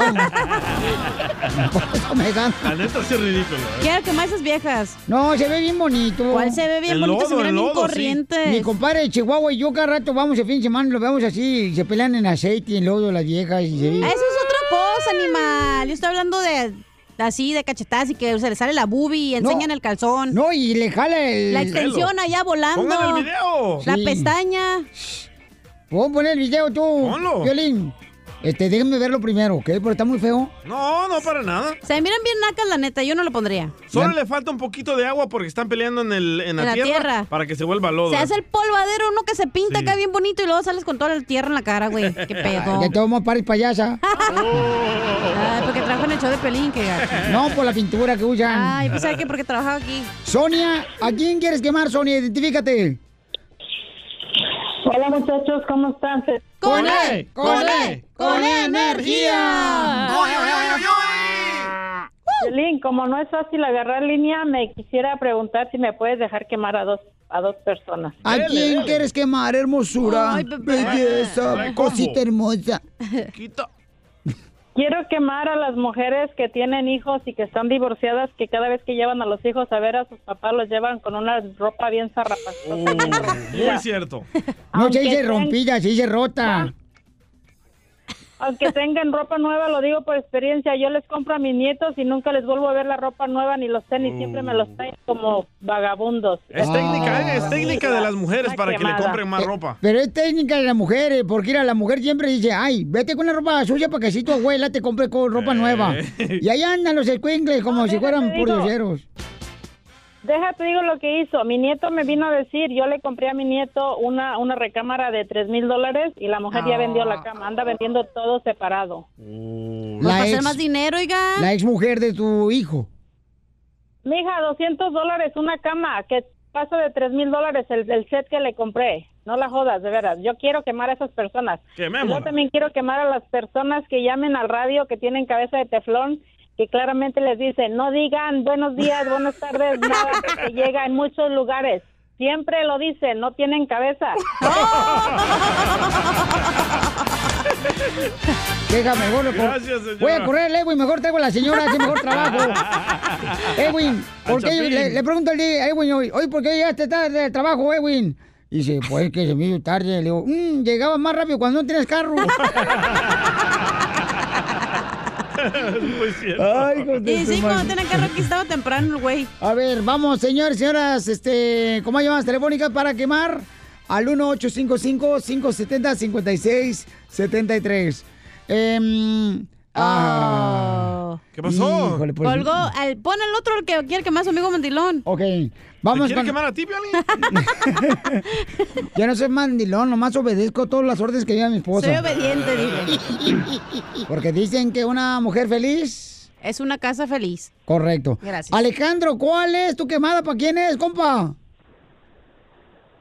B: me gana.
C: La neta sí es ridículo. ¿eh?
H: (laughs) Quiero quemar esas viejas.
B: No, se ve bien bonito.
H: ¿Cuál se ve bien El bonito? Se lodo, miran el bien lodo, sí. corrientes.
B: Mi compadre de Chihuahua y yo cada rato vamos el fin de semana, lo vemos así, y se pelean en aceite y en lodo las viejas. Y se...
H: Ah, Eso es otra cosa, animal. Yo estoy hablando de así, de cachetadas y que se le sale la boobie y enseñan el calzón.
B: No, y le jala el...
H: La extensión allá volando.
B: Pongan el video.
H: La
B: Sí.
H: pestaña.
B: Vamos a poner el video tú, Violín. Este, déjenme verlo primero, ¿ok? Porque está muy feo.
C: No, no para nada.
H: Se miran bien nacas, la neta. Yo no lo pondría.
C: Solo le falta un poquito de agua porque están peleando en, el, en, la, tierra para que se vuelva lodo.
H: Se hace el polvadero, uno que se pinta
C: Sí.
H: acá bien bonito y luego sales con toda la tierra en la cara,
B: (laughs)
H: güey. Qué pedo.
B: Ya tomo para
H: (laughs)
B: payasa.
H: Ay, porque trabaja en el show de pelín, que gacho.
B: No, por la pintura que usan.
H: Ay, pues ¿sabes qué? Porque trabajaba aquí.
B: Sonia, ¿a quién quieres quemar, Sonia? Identifícate.
V: Hola muchachos, ¿cómo están?
B: ¡Con E! ¡Con E! ¡Con E energía!
A: Violín, como no es fácil agarrar línea, me quisiera preguntar si me puedes dejar quemar a dos a dos personas.
B: ¿A quién quieres quemar, hermosura?
A: Ay, bebé.
B: Belleza,
A: Ay, ¿cómo?
B: cosita hermosa.
A: Quiero quemar a las mujeres que tienen hijos y que están divorciadas, que cada vez que llevan a los hijos a ver a sus papás los llevan con una ropa bien zarrapastosa. bien rompida.
C: Muy cierto.
B: No se
A: Aunque
B: dice
A: ten-
B: rompida, se dice rota.
A: (laughs) Aunque tengan ropa nueva, lo digo por experiencia, yo les compro a mis nietos y nunca les vuelvo a ver la ropa nueva ni los tenis, siempre me los traen como vagabundos.
C: Es técnica, ¿eh?
B: Ah.
C: es técnica de las mujeres para que le
A: quemada.
C: compren más ropa.
B: Pero es técnica de las mujeres, porque mira, la mujer siempre dice, ay, vete con la ropa suya para que si tu abuela te compre con ropa nueva. Y ahí andan los escuingles como si fueran
A: digo.
B: purioseros.
A: Déjate digo lo que hizo. Mi nieto me vino a decir, yo le compré a mi nieto una, una recámara de tres mil dólares y la mujer ya vendió la cama, anda vendiendo todo separado. Pues
H: Va a
B: La
H: hacer
B: ex-
H: más dinero, oiga.
B: La ex mujer de tu hijo.
A: Mija, 200 dólares una cama, que pasa de tres mil dólares el el set que le compré. No la jodas, de veras. Yo quiero quemar a esas personas.
C: Quemémosla.
A: Yo también quiero quemar a las personas que llamen al radio, que tienen cabeza de teflón, que claramente les dicen, no digan buenos días, buenas tardes, nada, porque llega en muchos lugares. Siempre lo dicen, no tienen cabeza.
B: Déjame, mejor lo cor-
C: Gracias, señora.
B: Voy a correr, Edwin, mejor traigo a la señora, hace
N: (laughs)
B: mejor trabajo. Edwin, ¿por qué?
C: Chapín.
B: Le, le pregunto al día, Edwin, hoy, hoy, ¿por qué llegaste tarde al trabajo, Edwin? Dice, pues que se me hizo tarde. Le digo, "Mm, llegabas más rápido cuando no tienes carro.
C: Muy cierto.
B: Ay, hijo de
H: Y
B: su
H: sí, cuando
B: madre.
H: tienen que aquí estaba temprano el güey.
B: A ver, vamos, señores, señoras, este, ¿cómo hay llamadas telefónicas para quemar? Al 1-855-570-5673. Em, ah.
C: ¿Qué
H: pasó?
B: Híjole, pues,
H: Colgó, al, pon el otro el que quiere quemar a su amigo mandilón.
B: Ok, vamos.
H: quiere quemar
C: a ti, Piolín?
B: Yo no soy mandilón, nomás obedezco todas las órdenes que lleva mi esposa.
H: Soy obediente, dile.
B: (laughs) Porque dicen que una mujer feliz.
H: Es una casa feliz.
B: Correcto.
H: Gracias.
B: Alejandro, ¿cuál es tu quemada? ¿Para quién es, compa?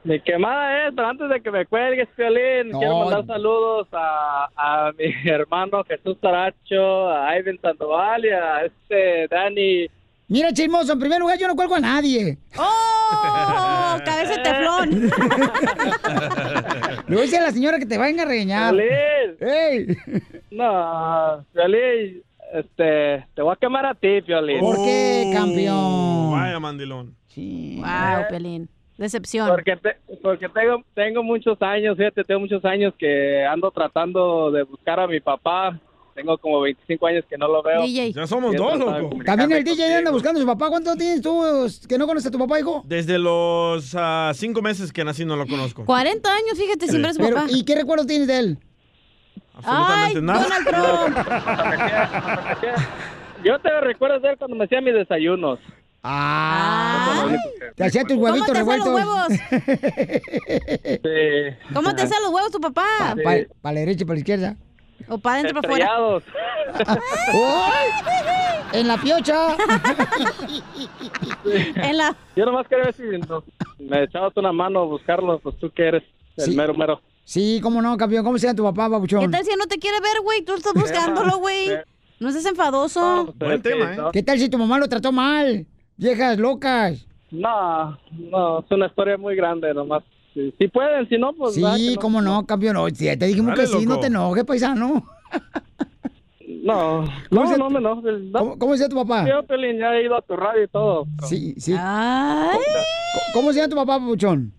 T: Mi quemada es, pero antes de que me cuelgues, Piolín,
B: No.
T: quiero mandar saludos a, a mi (laughs) hermano Jesús Taracho, a Ivan Sandoval y a este Dani.
B: Mira, chismoso, en primer lugar yo no cuelgo a nadie.
H: ¡Oh! ¡Cabeza de teflón!
B: (laughs) Le voy a decir a la señora que te venga a regañar.
T: Piolín.
B: ¡Ey!
T: No, Piolín, este, te voy a quemar a ti, Piolín.
B: ¿Por qué, campeón?
C: Vaya mandilón.
H: ¡Wow, Pelín! Decepción.
T: Eh, Porque, te- porque tengo, tengo muchos años, fíjate, tengo muchos años que ando tratando de buscar a mi papá. Tengo como 25 años que no lo veo.
C: Ya somos
T: Y he
C: dos,
T: tratado de
C: loco.
B: También el DJ anda buscando a su papá. ¿Cuánto tienes tú que no conoces a tu papá, hijo?
C: Desde los ah, cinco meses que nací no lo conozco.
H: 40 años, fíjate, sin ver a su
B: Pero,
H: papá.
B: ¿Y qué recuerdo tienes de él?
C: Absolutamente
H: Ay,
C: nada.
H: Donald Trump.
T: (laughs) Yo te recuerdo de él cuando me hacía mis desayunos.
B: Ah. Te hacía tus
H: ¿Cómo
B: huevitos
H: te hace los
B: revueltos.
H: huevos?
C: Eh,
H: ¿Cómo te hace los huevos tu papá?
B: Para Ah. la derecha y para la izquierda.
H: ¿O para adentro para afuera? (laughs)
B: (laughs)
T: Estrellados.
B: Oh. ¡Uy! ¡En la piocha!
T: Yo nomás quería ver si nos- me echabas una mano a buscarlo, pues tú que eres el mero mero.
B: Sí, cómo no, campeón. ¿Cómo se llama tu papá, babuchón?
H: ¿Qué tal si no te quiere ver, güey? Tú estás buscándolo, güey. No seas enfadoso.
T: Buen tema, ¿eh?
B: ¿Qué tal si tu mamá lo trató mal? Viejas locas.
T: No, no, es una historia muy grande nomás. Si, si pueden, si no, pues... ¿verdad?
B: Sí,
T: Que
B: cómo no, campeón. Oye, sí, te dijimos
T: Dale,
B: que sí, no
T: loco.
B: te enojes, paisano.
T: No,
B: ¿Cómo
T: no,
B: se-
T: no, me enojo, no.
B: ¿Cómo, cómo se llama tu papá?
T: Yo, Pelín, ya he ido a tu radio y todo.
B: Sí, sí. ¿Cómo- ¿Cómo se llama tu papá, babuchón?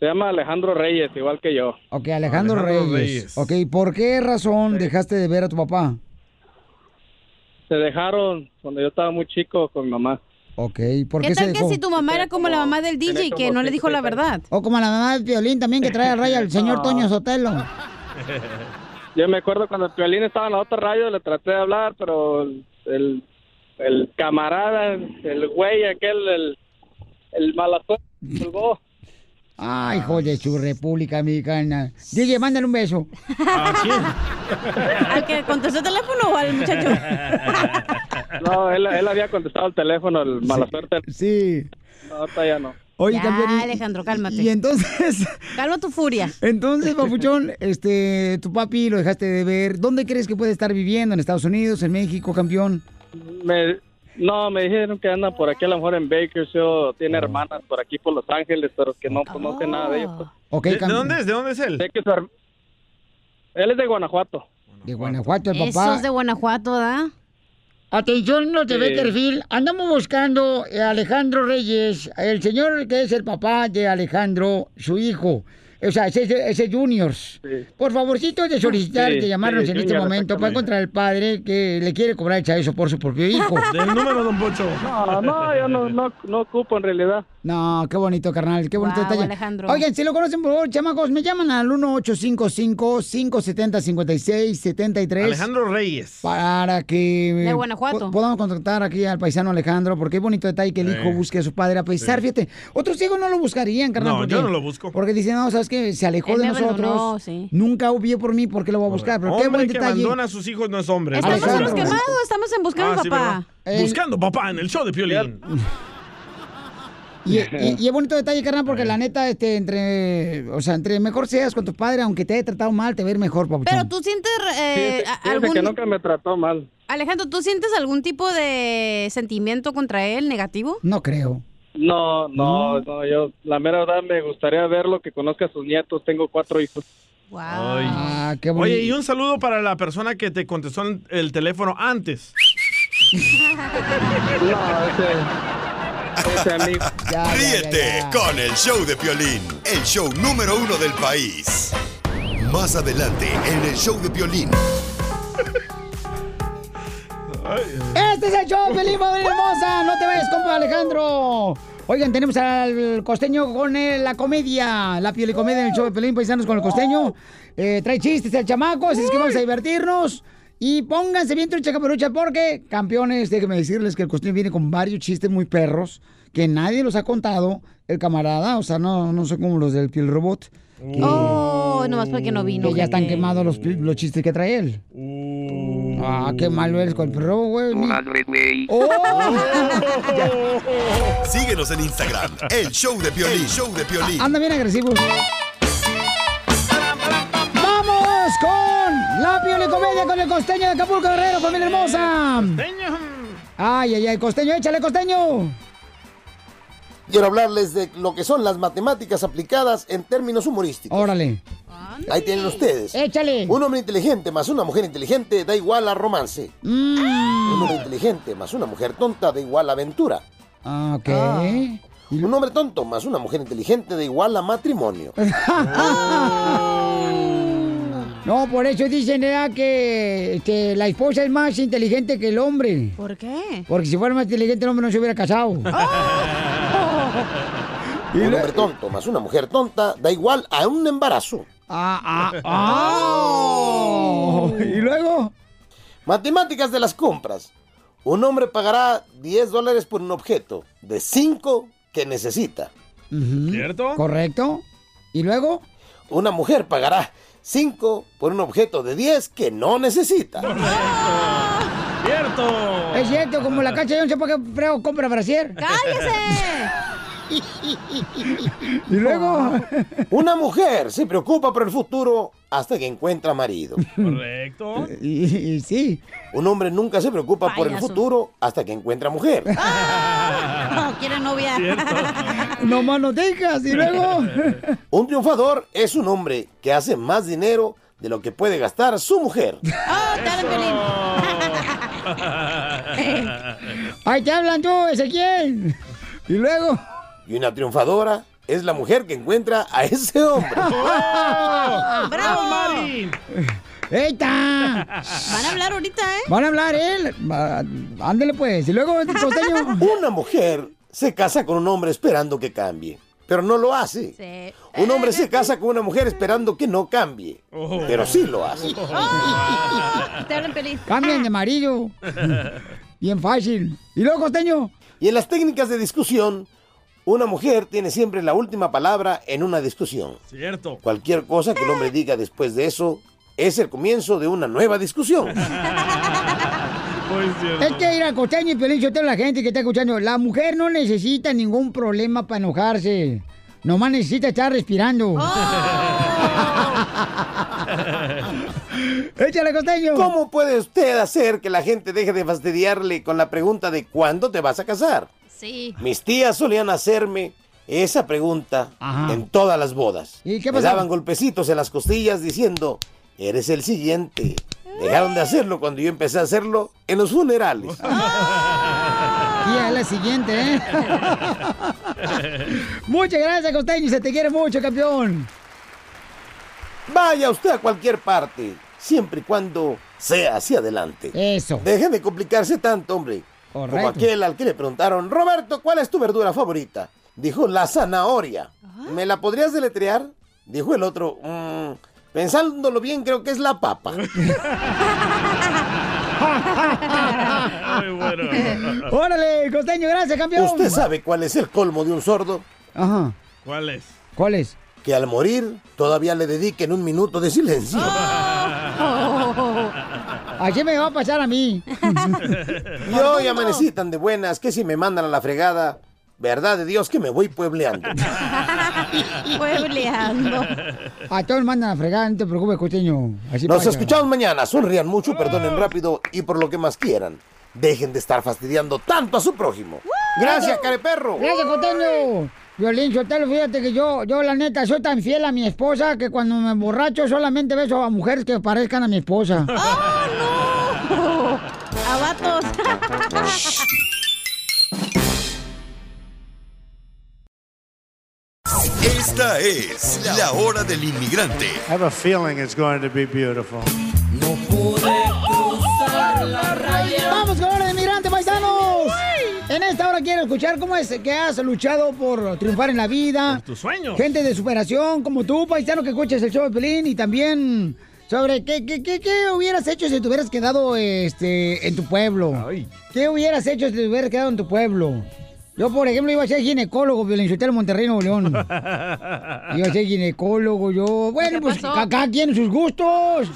T: Se llama Alejandro Reyes, igual que yo.
B: Ok, Alejandro,
T: Alejandro
B: Reyes.
T: Reyes.
B: Ok, ¿por qué razón dejaste de ver a tu papá?
T: Se dejaron cuando yo estaba muy chico con mi mamá.
B: Ok, ¿por qué,
H: ¿Qué
B: se
H: tal que
B: dejó?
H: si tu mamá era como la mamá del DJ
T: como
H: que no le dijo la
T: 50
H: verdad?
B: O como la mamá del violín también que trae a raya al señor
T: (laughs) No.
B: Toño Sotelo.
T: Yo me acuerdo cuando el Piolín estaba en la otra radio, le traté de hablar, pero el, el camarada, el güey aquel, el, el malazo, colgó.
B: Ay, hijo de su República Mexicana. DJ, mándale un beso.
H: ¿Al que contestó el teléfono o al muchacho?
T: No, él, él había contestado el teléfono, el mala suerte.
B: Sí.
T: No, ahorita ya no.
B: Oye,
H: ya,
B: campeón, y-
H: Alejandro, cálmate.
B: Y entonces,
H: Calma tu furia.
B: entonces,
M: (laughs)
B: papuchón, este, tu papi lo dejaste de ver. ¿Dónde crees que puede estar viviendo? ¿En Estados Unidos? ¿En México, campeón?
M: Me, no, me dijeron que anda por aquí, a lo mejor en Bakersfield,
B: Oh.
M: tiene hermanas por aquí, por Los Ángeles, pero que no conoce nada de ellos.
B: Ok,
M: ¿De,
B: campeón.
M: dónde es? ¿De dónde es él? él es de Guanajuato.
B: De Guanajuato, el
H: Eso
B: papá. Ah,
H: es de Guanajuato, ¿da?
B: Atención, no te ve
H: Sí.
B: perfil. Andamos buscando a Alejandro Reyes, el señor que es el papá de Alejandro, su hijo. O sea, ese, ese Juniors. Por favorcito de solicitar
C: Sí,
B: que llamarnos
C: sí,
B: en este
C: Junior,
B: momento para encontrar al padre que le quiere cobrar eso por su propio hijo.
C: (laughs) Del número, don Pocho.
M: No, no, yo no, no, no ocupo en realidad.
B: No, qué bonito, carnal, qué bonito
M: Guau,
B: detalle.
M: Alejandro.
B: Oigan, si lo conocen, por favor, chamacos, me llaman al 1-855-570-5673.
C: Alejandro Reyes.
B: Para que
C: De
B: eh,
C: Guanajuato.
B: po- podamos contactar aquí al paisano Alejandro, porque qué bonito detalle que
C: Sí.
B: el hijo busque a su padre, a pesar, fíjate, otros hijos no lo buscarían, carnal.
C: No,
B: porque-
C: yo no lo busco.
B: Porque dicen, no, sabes que se alejó
H: Él
B: de
H: me
B: nosotros,
H: abandonó, sí.
B: nunca hubo por mí, porque lo voy a buscar? Pero qué
C: hombre
B: buen
C: que
B: detalle.
C: abandona a sus hijos no es hombre.
B: Estamos en los
H: Quemado, estamos en buscando
C: Ah, sí,
H: papá.
C: ¿verdad? Buscando papá en el show de Piolín.
B: (laughs) Y, y- y es bonito detalle, carnal, porque la neta, este, entre, o sea, entre mejor seas con tu padre, aunque te haya tratado mal, te va a ir mejor, papuchón.
H: Pero tú sientes eh,
M: Fíjese-
H: a-
M: fíjese
H: algún
M: que nunca me trató mal.
H: Alejandro, ¿tú sientes algún tipo de sentimiento contra él negativo?
B: No creo.
M: No, no, no, yo la mera verdad me gustaría verlo, que conozca a sus nietos, tengo cuatro hijos.
C: Ay.
B: ah, qué bonito.
C: Oye, y un saludo para la persona que te contestó en el teléfono
B: (laughs)
C: antes.
L: Ríete con el show de Piolín, el show número uno del país. Más adelante en el show de Piolín.
B: Este es el show, Felipe Madre Hermosa. No te vayas, compa Alejandro. Oigan, tenemos al costeño con eh, la comedia, la piel y comedia en el show de Pelín Paisanos con el costeño. Eh, trae chistes el chamaco, así es que vamos a divertirnos. Y pónganse bien trucha caperucha porque, campeones, déjenme decirles que el costeño viene con varios chistes muy perros que nadie los ha contado. El camarada, o sea, no, no son como los del piel robot. que-
H: Oh, nomás porque no vino.
B: que ya están
H: gente.
B: quemados los, los chistes que trae él. Ah, qué malo eres con el perro, güey. Oh.
L: Síguenos en Instagram, el show de Piolín, el show de Piolín.
B: Ah, Anda bien agresivo. ¡Vamos con la Pioli Comedia con el costeño de Acapulco Guerrero, familia hermosa! ¡Ay, ay, ay! ¡Costeño, échale, costeño! (laughs)
E: Quiero hablarles de lo que son las matemáticas aplicadas en términos humorísticos.
B: Órale.
E: Ahí tienen ustedes.
B: Échale.
E: Un hombre inteligente más una mujer inteligente da igual a romance.
B: Mm.
E: Un hombre inteligente más una mujer tonta da igual a aventura.
B: Ah, ok.
E: Un hombre tonto más una mujer inteligente da igual a
B: (laughs)
E: matrimonio.
B: No, por eso dicen era que, que la esposa es más inteligente que el hombre.
H: ¿Por qué? ¡Ah!
B: Porque si fuera más inteligente el hombre no se hubiera
H: (laughs)
B: casado.
E: Un hombre tonto más una mujer tonta da igual a un embarazo.
B: Ah, ah, ah. ¿Y luego?
E: Matemáticas de las compras. Un hombre pagará 10 dólares por un objeto de 5 que necesita.
C: ¿Cierto?
B: Correcto. ¿Y luego?
E: Una mujer pagará 5 por un objeto de 10 que no necesita.
C: ¡Cierto!
B: Es cierto, como la cacha yo no sé por qué frego compra brasier. (laughs)
E: y luego. (laughs) Una mujer se preocupa por el futuro hasta que encuentra marido.
C: Correcto.
B: Y, sí.
E: Un hombre nunca se preocupa por el
H: Payaso.
E: futuro hasta que encuentra mujer.
H: (laughs) No, quiere novia.
B: (laughs) No más nos dejas y luego.
E: (laughs) Un triunfador es un hombre que hace más dinero de lo que puede gastar su mujer.
B: Ahí te hablan tú, Ezequiel. Y luego.
E: Y una triunfadora es la mujer que encuentra a ese
B: (laughs)
E: hombre.
H: (laughs) ¡Bravo,
C: Mari!
B: ¡Eita!
H: Van a hablar ahorita, ¿eh?
B: Ah. Van a hablar, él. Ándele pues. Y luego el costeño.
E: (laughs) Una mujer se casa con un hombre esperando que cambie, pero no lo hace. Un hombre se casa con una mujer esperando que no cambie, pero sí lo hace. Oh.
H: Te hablan feliz.
B: Cambian de amarillo. Bien fácil. Y luego costeño.
E: Y en las técnicas de discusión, una mujer tiene siempre la última palabra en una discusión.
C: Cierto.
E: Cualquier cosa que el hombre diga después de eso es el comienzo de una nueva discusión.
B: Es que ir a costeño y Piolín, yo tengo la gente que está escuchando. La mujer no necesita ningún problema para enojarse.
E: Oh.
B: Nomás necesita estar respirando. Échale, costeño.
E: ¿Cómo puede usted hacer que la gente deje de fastidiarle con la pregunta de cuándo te vas a casar?
H: Sí.
E: Mis tías solían hacerme esa pregunta en todas las bodas.
B: ¿Y
E: Me daban golpecitos en las costillas diciendo, eres el siguiente. Dejaron de hacerlo cuando yo empecé a hacerlo en los funerales.
B: Tía, es la siguiente, ¿eh? Muchas gracias, costeño. Se te quiere mucho, campeón.
E: Vaya usted a cualquier parte, siempre y cuando sea hacia adelante.
B: Eso.
E: Deje de complicarse tanto, hombre. Como aquel al que le preguntaron, Roberto, ¿cuál es tu verdura favorita? Dijo, la zanahoria. ¿Me la podrías deletrear? Dijo el otro, "Mm, pensándolo bien, creo que es la
B: (laughs)
E: papa.
B: Órale, costeño, gracias, campeón.
E: ¿Usted sabe cuál es el colmo de un sordo?
B: Ajá.
E: ¿Cuál es?
B: ¿Cuál es?
E: Que al morir todavía le dediquen un minuto de silencio.
B: Aquí me va a pasar
E: (laughs)
B: a mí.
E: Y hoy amanecí tan de buenas que si me mandan a la fregada, verdad de Dios que me voy puebleando.
H: Puebleando.
B: A todos mandan a fregar, no te preocupes, costeño. Así
E: Nos
B: pasa.
E: escuchamos mañana. Sonrían mucho, perdonen rápido y por lo que más quieran. Dejen de estar fastidiando tanto a su prójimo. Gracias, careperro.
B: Gracias, costeño. Violín Sotelo, fíjate que yo, yo la neta, soy tan fiel a mi esposa que cuando me emborracho solamente beso a mujeres que parezcan a mi esposa.
H: ¡Oh, no! ¡A
B: (laughs)
H: vatos!
L: Esta es la hora del inmigrante
F: I have a feeling it's going to be beautiful.
B: ¡Vamos con hora de migrante, paisanos! En esta hora quiero escuchar cómo es que has luchado por triunfar en la vida.
C: tus sueños.
B: Gente de superación, como tú, paisano, que escuchas el show de Pelín. Y también sobre qué, qué, qué, qué hubieras hecho si te hubieras quedado este, en tu pueblo. ¿Qué hubieras hecho si te hubieras quedado en tu pueblo? Yo, por ejemplo, iba a ser ginecólogo, Piolín, Sotelo, Monterrey, Nuevo
C: (laughs)
B: León. Iba a ser ginecólogo, yo. Bueno, pues ca- cada quien sus gustos.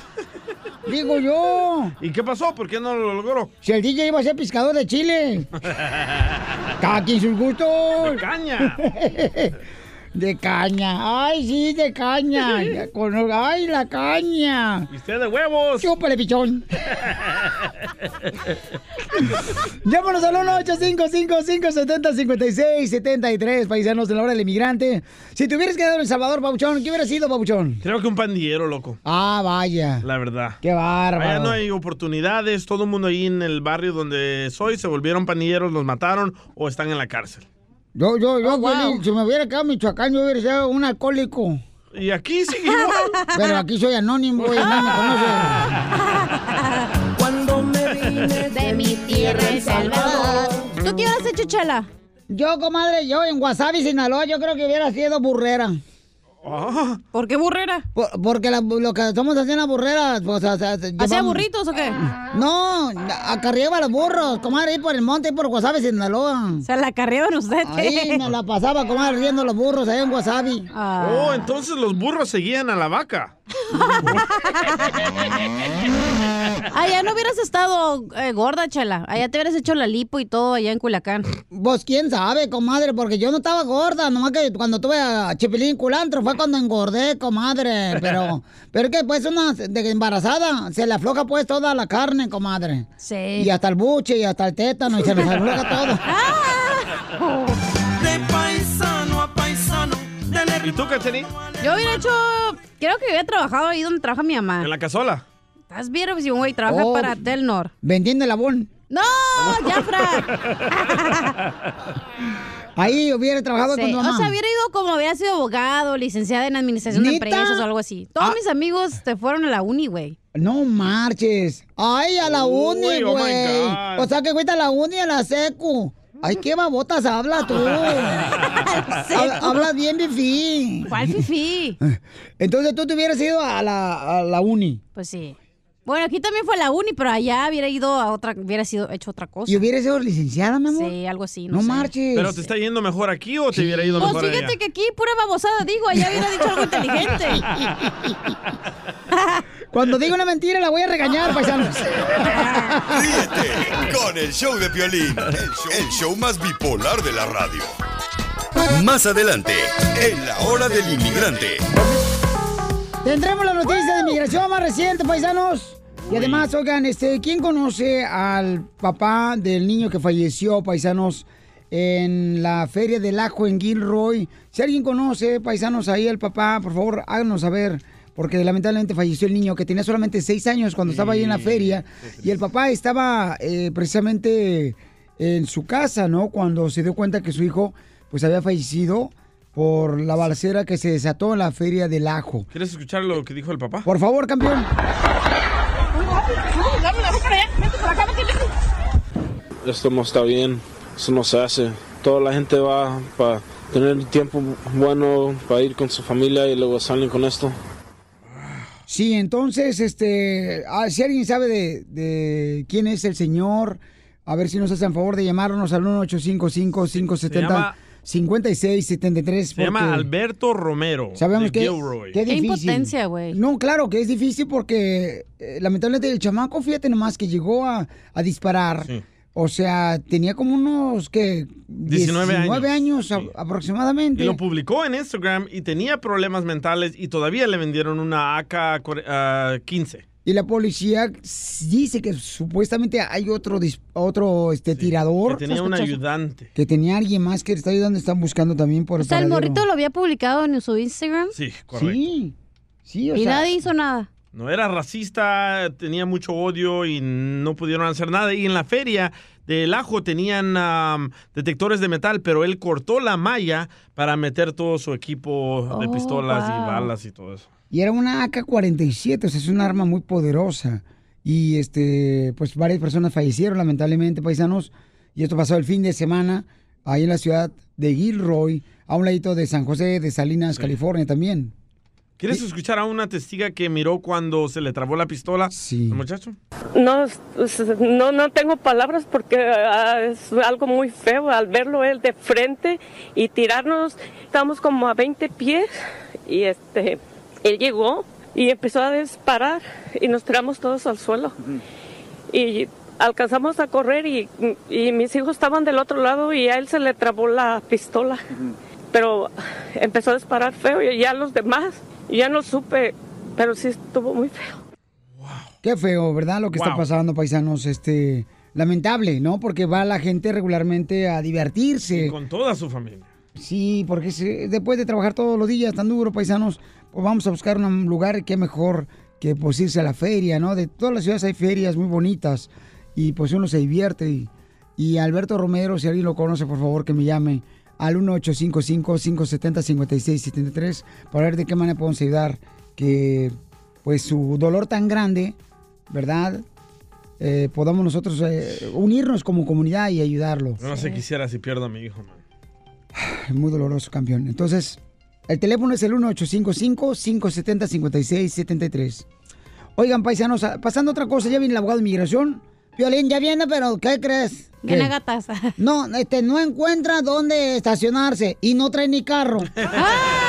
B: Digo yo.
C: ¿Y qué pasó? ¿Por qué no lo logró?
B: Si el DJ iba a ser pescador de Chile. Cada quien sus gustos.
C: De caña.
B: (laughs) De caña. Ay, sí, de caña. Ya con- Ay, la caña.
C: ¿Y usted de huevos?
B: Chúpale, pichón. Llámanos al 1-855-570-5673, paisanos de la hora del inmigrante. Si te hubieras quedado en El Salvador, Pabuchón, ¿qué hubiera sido, Pabuchón?
C: Creo que un pandillero, loco.
B: Ah, vaya.
C: La verdad.
B: Qué bárbaro.
C: Allá no hay oportunidades. Todo el mundo ahí en el barrio donde soy se volvieron pandilleros, los mataron o están en la cárcel.
B: Yo, yo, yo, Piolín, si me hubiera quedado en Michoacán, yo hubiera sido un alcohólico.
C: Y aquí sigue igual.
B: Pero aquí soy anónimo y nadie me
C: (laughs)
B: conoce.
H: Cuando me vine (laughs) de mi tierra, El Salvador. ¿Tú qué hubieras hecho, Chela?
B: Yo, comadre, yo en Wasabi, Sinaloa, yo creo que hubiera sido burrera.
H: ¿Por qué burrera?
B: porque la- lo que estamos haciendo burreras, pues, o sea,
H: ¿Hacía
B: llevamos-
H: burritos o qué?
B: No, acarreaba los burros, comadre, ahí por el monte, ahí por Wasabi, Sinaloa.
H: Se la acarreaban ustedes.
B: Ahí me la pasaba, comadre, riendo los burros ahí en Wasabi.
H: Ah.
C: Oh, entonces los burros seguían a la vaca.
H: Allá Ah, no hubieras estado eh, gorda, Chela. Allá te hubieras hecho la lipo y todo allá en Culiacán.
B: Pues quién sabe, comadre, porque yo no estaba gorda, nomás que cuando tuve a Chipilín Culantro fue cuando engordé, comadre.
H: (laughs)
B: Pero, pero que pues una de embarazada se le afloja pues toda la carne, comadre.
H: Sí.
B: Y hasta el buche y hasta el tétano y se les afloja todo.
H: (laughs)
V: De paisano a paisano.
C: ¿Y tú, Cachanilla?
H: Yo hubiera hecho... Creo que hubiera trabajado ahí donde trabaja mi mamá.
C: ¿En la casola?
H: ¿Estás bien, pues, si un güey trabaja
B: Oh.
H: para Telnor?
B: Vendiendo el abón. (laughs)
H: ¡No! ¡Ya, Frank!
B: Ahí hubiera trabajado
H: Sí,
B: con tu mamá.
H: O sea, hubiera ido como hubiera sido abogado, licenciada en administración de
B: ¿Neta? Ah.
H: empresas o algo así. Todos mis amigos te fueron a la uni, güey.
B: No marches. Ay, a la
H: Uy,
B: uni,
H: oh my
B: güey.
H: God.
B: o sea, que cuesta la uni a la secu. Ay, qué babotas habla (laughs)
H: (laughs)
B: tú. Habla- Hablas bien, fifí.
H: ¿Cuál fifí?
B: (laughs) Entonces tú te hubieras ido a la, a la uni.
H: Pues sí. Bueno, aquí también fue a la uni, pero allá hubiera ido a otra, hubiera sido hecho otra cosa.
B: Y hubieras sido licenciada, mi amor.
H: Sí, algo así. No,
B: No
H: sé.
B: marches.
C: ¿Pero te está yendo mejor aquí o te hubiera ido
H: Pues
C: mejor
H: fíjate
C: allá?
H: que aquí pura babosada digo, allá hubiera dicho algo inteligente.
B: (laughs) Cuando digo una mentira la voy a regañar, paisanos.
L: con el show de Piolín, el show, el show más bipolar de la radio. Más adelante, en la hora del inmigrante.
B: Tendremos la noticia de inmigración más reciente, paisanos. Y además, oigan, este, ¿quién conoce al papá del niño que falleció, paisanos, en la feria del ajo en Gilroy? Si alguien conoce, paisanos, ahí el papá, por favor, háganos saber. Porque lamentablemente falleció el niño que tenía solamente seis años cuando estaba ahí en la feria. Y el papá estaba eh, precisamente en su casa, ¿no? Cuando se dio cuenta que su hijo pues había fallecido por la balacera que se desató en la feria del ajo.
C: ¿Quieres escuchar lo que dijo el papá?
B: Por favor, campeón.
D: Esto no está bien, eso no se hace. Toda la gente va para tener tiempo bueno para ir con su familia y luego salen con esto.
B: Sí, entonces, este, ah, si alguien sabe de, de quién es el señor, a ver si nos hacen favor de llamarnos al 1855 5673
C: Se llama Alberto Romero.
B: Sabemos
C: de
B: que
C: Gilroy.
B: que es
H: Qué
B: difícil.
H: impotencia, güey.
B: No, claro que es difícil porque eh, lamentablemente el chamaco, fíjate nomás, que llegó a, a disparar. O sea, tenía como unos que
C: 19 años.
B: años a- aproximadamente.
C: Y lo publicó en Instagram y tenía problemas mentales y todavía le vendieron una ah, AK-15.
B: Y la policía s- dice que supuestamente hay otro dis- otro este tirador
C: que tenía un
B: Sospechoso.
C: ayudante.
B: que tenía alguien más que le está ayudando, están buscando también por
H: O sea, el
B: paradero.
H: morrito lo había publicado en su Instagram.
C: Sí, correcto.
B: Sí. Sí, o
H: y
B: sea,
H: nadie hizo nada.
C: No era racista, tenía mucho odio y no pudieron hacer nada. Y en la feria del ajo tenían am, detectores de metal, pero él cortó la malla para meter todo su equipo de
B: Oh,
C: pistolas
B: wow.
C: y balas y todo eso.
B: Y era una AK-47, o sea, es un arma muy poderosa. Y este, pues varias personas fallecieron, lamentablemente, paisanos. Y esto pasó el fin de semana ahí en la ciudad de Gilroy, a un ladito de San José de Salinas, California también.
C: ¿Quieres escuchar a una testiga que miró cuando se le trabó la pistola al muchacho?
G: No, s- s- no, no tengo palabras porque ah, es algo muy feo al verlo él de frente y tirarnos. Estamos como a 20 pies y este, él llegó y empezó a disparar y nos tiramos todos al suelo. Y alcanzamos a correr y, y mis hijos estaban del otro lado y a él se le trabó la pistola. Pero empezó a disparar feo y ya los demás, ya no supe, pero sí estuvo muy feo.
B: Qué feo, ¿verdad? Lo que está
G: Wow.
B: pasando, paisanos, este, lamentable, ¿no? Porque va la gente regularmente a divertirse.
C: Con toda su familia.
B: Sí, porque se- después de trabajar todos los días tan duro, paisanos, pues vamos a buscar un lugar que mejor que pues irse a la feria, ¿no? De todas las ciudades hay ferias muy bonitas y pues uno se divierte. Y, y Alberto Romero, si alguien lo conoce, por favor que me llame al 1855-570-5673 para ver de qué manera podemos ayudar que pues su dolor tan grande, ¿verdad? Eh, podamos nosotros eh, unirnos como comunidad y ayudarlo.
C: Yo no sé quisiera si pierdo a mi hijo, man.
B: Es muy doloroso, campeón. Entonces, el teléfono es el 1855-570-5673. Oigan, paisanos, a- pasando a otra cosa, ya viene el abogado de inmigración. Violín, ya viene, pero ¿qué crees?
H: Viene a
B: ¿Qué?
H: gatas. (laughs)
B: No, este, no encuentra dónde estacionarse y no trae ni
H: (laughs)
B: carro. (laughs)
H: ¡Ah!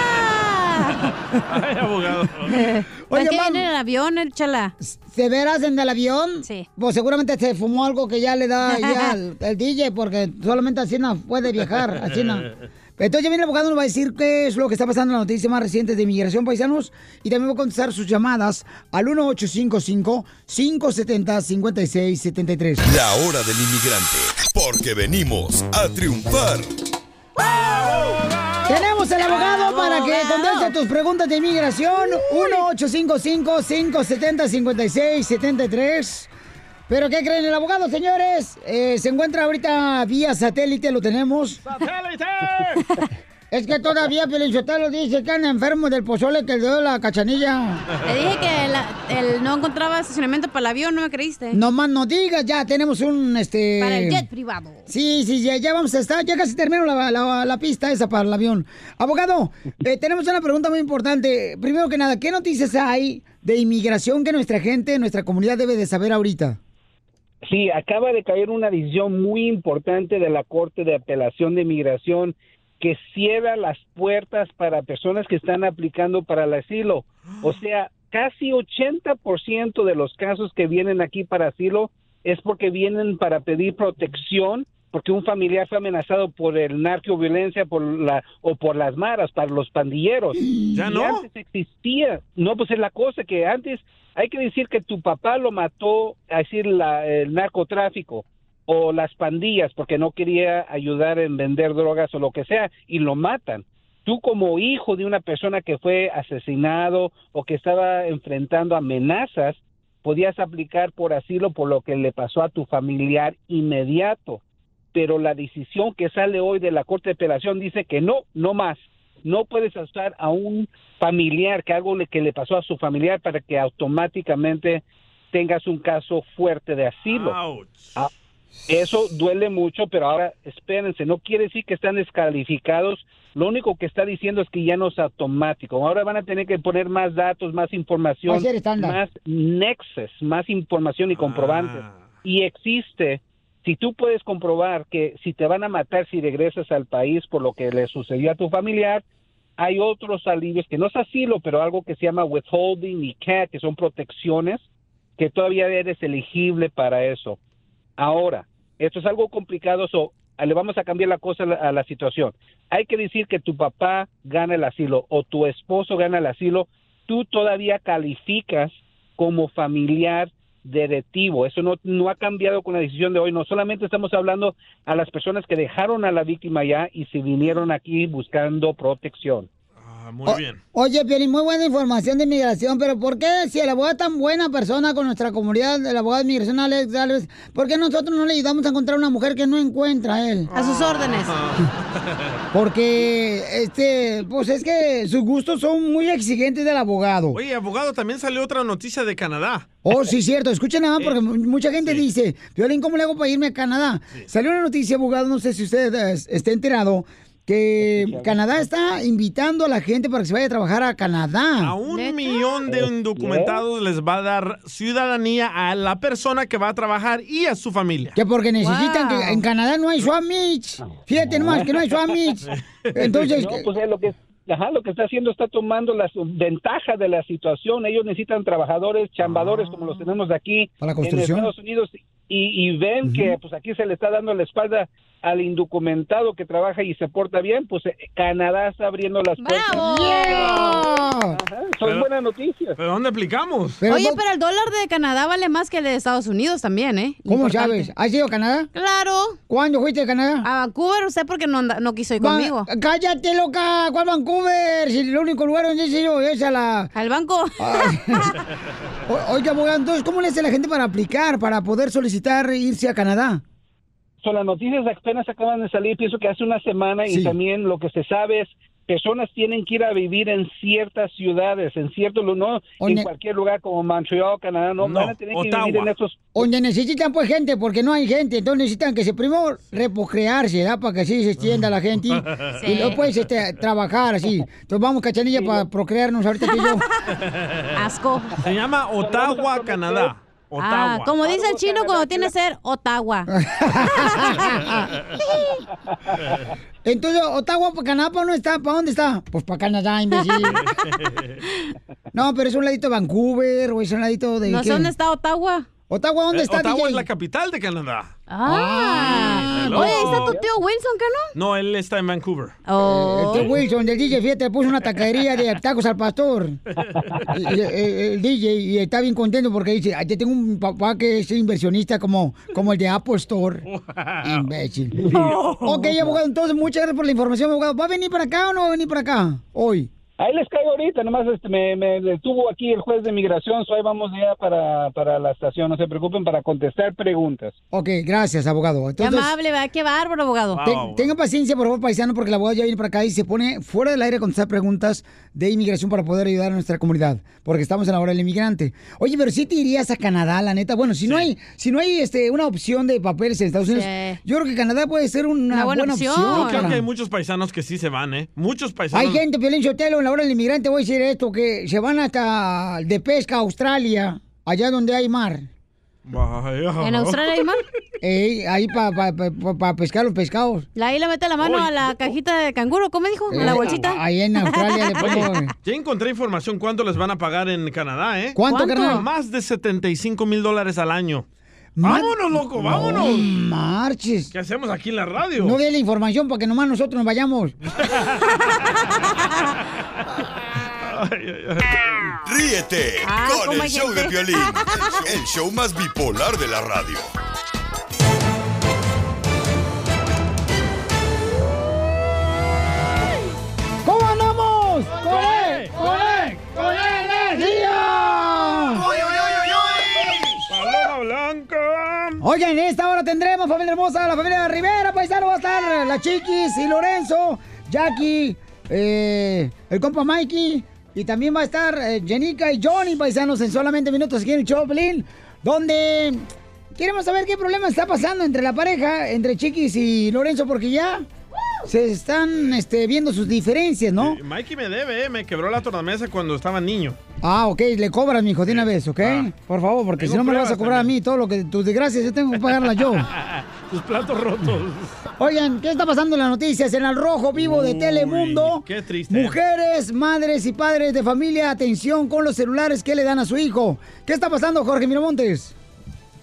C: Ay, abogado.
H: Oye,
B: mam-
H: en el avión, el chala.
B: ¿Se verás en el avión? Sí. Pues seguramente se fumó algo que ya le da
H: (laughs)
B: ya el, el DJ, porque solamente así no puede viajar, así
H: (laughs)
B: no. Entonces ya viene el abogado, nos va a decir qué es lo que está pasando en las noticias más recientes de inmigración paisanos y también va a contestar sus llamadas al 1855-570-5673.
L: La hora del inmigrante, porque venimos a triunfar.
B: Tenemos al abogado,
H: Ah,
B: para que
H: Abogado.
B: conteste tus preguntas de inmigración. 1-855-570-5673. Pero ¿qué creen? El abogado, señores, eh, se encuentra ahorita vía satélite, lo tenemos. Es que todavía Pelichotelo dice que anda enfermo del pozole que le dio la cachanilla.
H: Te dije que la- el no encontraba estacionamiento para el avión, no me creíste.
B: No más no digas, ya tenemos un este.
H: Para el jet privado.
B: Sí, sí, ya, ya vamos a estar, ya casi termino la, la- la pista esa para el avión. Abogado, eh, tenemos una pregunta muy importante. Primero que nada, ¿qué noticias hay de inmigración que nuestra gente, nuestra comunidad debe de saber ahorita?
S: Sí, acaba de caer una decisión muy importante de la Corte de Apelación de Migración que cierra las puertas para personas que están aplicando para el asilo. O sea, casi 80% de los casos que vienen aquí para asilo es porque vienen para pedir protección porque un familiar fue amenazado por el narcoviolencia por la, o por las maras, para los pandilleros.
C: ¿Ya
S: Y
C: no?
S: antes existía. No, pues es la cosa que antes hay que decir que tu papá lo mató, a decir, la- el narcotráfico o las pandillas porque no quería ayudar en vender drogas o lo que sea y lo matan. Tú como hijo de una persona que fue asesinado o que estaba enfrentando amenazas, podías aplicar por asilo por lo que le pasó a tu familiar inmediato. Pero la decisión que sale hoy de la Corte de Apelación dice que no, no más. No puedes usar a un familiar que algo le, que le pasó a su familiar para que automáticamente tengas un caso fuerte de asilo. Ah, eso duele mucho, pero ahora espérense, no quiere decir que están descalificados. Lo único que está diciendo es que ya no es automático. Ahora van a tener que poner más datos, más información,
B: Va a ser estándar.
S: más nexes, más información y comprobantes. Y existe, si tú puedes comprobar que si te van a matar si regresas al país por lo que le sucedió a tu familiar, hay otros alivios que no es asilo, pero algo que se llama withholding y CAT, que son protecciones, que todavía eres elegible para eso. Ahora, esto es algo complicado, so, ah, le vamos a cambiar la cosa a la, a la situación. Hay que decir que tu papá gana el asilo o tu esposo gana el asilo, tú todavía calificas como familiar deretivo. Eso no, no ha cambiado con la decisión de hoy. No solamente estamos hablando a las personas que dejaron a la víctima ya y se vinieron aquí buscando protección.
C: Ah, muy bien.
B: Oye, Piolín, muy buena información de inmigración, pero ¿por qué si el abogado es tan buena persona con nuestra comunidad, el abogado de inmigración Alex Galvez, ¿por qué nosotros no le ayudamos a encontrar una mujer que no encuentra él?
H: A sus órdenes.
B: (laughs) Porque, este, pues es que sus gustos son muy exigentes del abogado.
C: Oye, abogado, también salió otra noticia de Canadá.
B: Oh, sí, cierto. Escuchen nada, más porque mu- mucha gente dice, Violín, ¿cómo le hago para irme a Canadá? Salió una noticia, abogado, no sé si usted eh, esté enterado, que Canadá está invitando a la gente para que se vaya a trabajar a Canadá.
C: A un millón de indocumentados les va a dar ciudadanía a la persona que va a trabajar y a su familia.
B: Que porque necesitan
C: Wow.
B: que en Canadá no hay Swamich. Fíjate nomás que no hay
S: (laughs)
B: Swamich. Entonces,
S: No, pues es lo que ajá, lo que está haciendo está tomando las ventajas de la situación. Ellos necesitan trabajadores, chambadores como los tenemos de aquí
B: Ah. Para la construcción.
S: en Estados Unidos y, y ven que pues aquí se le está dando la espalda al indocumentado que trabaja y se porta bien, pues eh, Canadá está abriendo las puertas.
H: Yeah.
S: Ajá, son buenas noticias.
C: ¿Pero dónde aplicamos?
H: Oye, pero el dólar de Canadá vale más que el de Estados Unidos también, ¿eh?
B: ¿Cómo
H: Importante.
B: sabes? ¿Has ido a Canadá?
H: Claro.
B: ¿Cuándo fuiste a Canadá?
H: A Vancouver, usted porque no, anda- no quiso ir
B: Va-
H: conmigo.
B: Cállate, loca. ¿Cuál Vancouver? Si el único lugar donde he ido es a la...
H: Al banco. (laughs)
B: Oye, abogado, entonces, ¿cómo le hace la gente para aplicar, para poder solicitar irse a Canadá?
S: Son las noticias apenas acaban de salir, pienso que hace una semana y también lo que se sabe es personas tienen que ir a vivir en ciertas ciudades, en ciertos lu- no
B: O
S: en
B: ne-
S: cualquier lugar como Montreal, Canadá, no, van a tener que vivir en estos
B: Donde necesitan pues gente, porque no hay gente, entonces necesitan que se primero repocrearse, ¿verdad? Para que así se extienda la
C: (laughs)
B: gente y-
H: Sí.
B: y luego puedes este, trabajar así. Entonces vamos, cachanilla, para procrearnos ahorita
C: (laughs)
B: que yo.
H: Asco.
C: Se llama Ottawa, Canadá. Ottawa.
H: Ah, como dice el chino cuando tiene ser Ottawa.
B: Entonces, Ottawa, para Canadá, ¿para dónde está? ¿Para dónde está? Pues para Canadá,
C: (laughs)
B: imbécil. No, pero es un ladito de Vancouver o es un ladito de.
H: No sé
B: ¿qué?
H: dónde está Ottawa.
B: ¿Ottawa dónde
C: Eh,
B: está,
C: Ottawa
B: DJ?
C: es la capital de Canadá.
H: Ah.
C: hello.
H: Oye, ahí está tu tío Wilson, ¿qué
C: No, él está en Vancouver.
B: Ah,
H: no?
B: El tío Wilson del DJ, fíjate, le puso una tacadería de tacos al pastor. Y- y- El, DJ y está bien contento porque dice, "Ay, yo tengo un papá que es inversionista como, como el de Apple Store.
N: (laughs)
B: Imbécil. Ok, abogado, entonces muchas gracias por la información, abogado. ¿Va a venir para acá o no va a venir para acá hoy?
S: Ahí les caigo ahorita, nomás este, me, me detuvo aquí el juez de migración, so ahí vamos ya para, para la estación, no se preocupen, para contestar preguntas.
B: Ok, gracias, abogado.
H: Qué
B: Entonces,
H: amable, ¿verdad? Qué bárbaro, abogado.
B: te- tenga paciencia, por favor, paisano, porque el abogado ya viene para acá y se pone fuera del aire a contestar preguntas de inmigración para poder ayudar a nuestra comunidad, porque estamos en la hora del inmigrante. Oye, pero si te irías a Canadá, la neta, bueno, si no hay, si no hay este, una opción de papeles en Estados Unidos,
C: Sí.
B: yo creo que Canadá puede ser una, buena, opción.
C: Yo creo que
B: cara.
C: hay muchos paisanos que sí se van, ¿eh? Muchos paisanos.
B: Hay gente, Piolín Sotelo, en la hora del inmigrante, voy a decir esto, que se van hasta de pesca a Australia, allá donde hay mar.
C: Vaya.
H: mar?
B: Ey, ahí para pescar los pescados.
H: Ahí le mete la mano a
C: oh.
H: la cajita de canguro, ¿cómo dijo? A la
B: (laughs) Eh,
H: bolsita.
B: Ahí en
C: (laughs)
B: Australia
H: (laughs)
B: le
C: Oye,
B: pongo...
C: ya encontré información cuánto les van a pagar en Canadá, ¿eh?
B: ¿Cuánto, ¿Cuánto? carnal?
C: Más de 75 mil dólares al año. Vámonos, loco, vámonos.
B: No marches.
C: ¿Qué hacemos aquí en la radio?
B: No dé la información para que nomás nosotros nos vayamos.
L: Ríete
V: Ah,
L: con
V: ¿cómo
L: el
V: hay
L: show
V: gente?
L: de Piolín, el show- el show más bipolar de la radio.
B: ¿Cómo andamos? ¡Con
V: él!
B: ¡Con él! ¡Con energía!
V: ¡Oy, oy,
C: Paloma blanca.
B: Oigan, en esta hora tendremos familia hermosa, la familia Rivera, paisano, va a estar la Chiquis y Lorenzo, Jackie, eh, el compa Mikey, y también va a estar eh, Jenica y Johnny, paisanos, en solamente minutos aquí en el Choplin, donde queremos saber qué problema está pasando entre la pareja, entre Chiquis y Lorenzo, porque ya se están este, viendo sus diferencias, ¿no?
C: Mikey me debe, eh, me quebró la tornamesa cuando estaba niño.
B: Ah, ok, le cobras, mijo, de una vez, ¿ok? Por favor, porque
C: Ah. Tengo
B: si no me lo vas a
C: pruebas
B: cobrar a mí, todo lo que tus desgracias yo tengo que pagarlas yo.
C: (laughs) Tus platos rotos.
B: Oigan, ¿qué está pasando en las noticias? En el rojo vivo de
C: Uy,
B: Telemundo.
C: qué triste.
B: Mujeres, madres y padres de familia, atención con los celulares que le dan a su hijo. ¿Qué está pasando, Jorge Miramontes?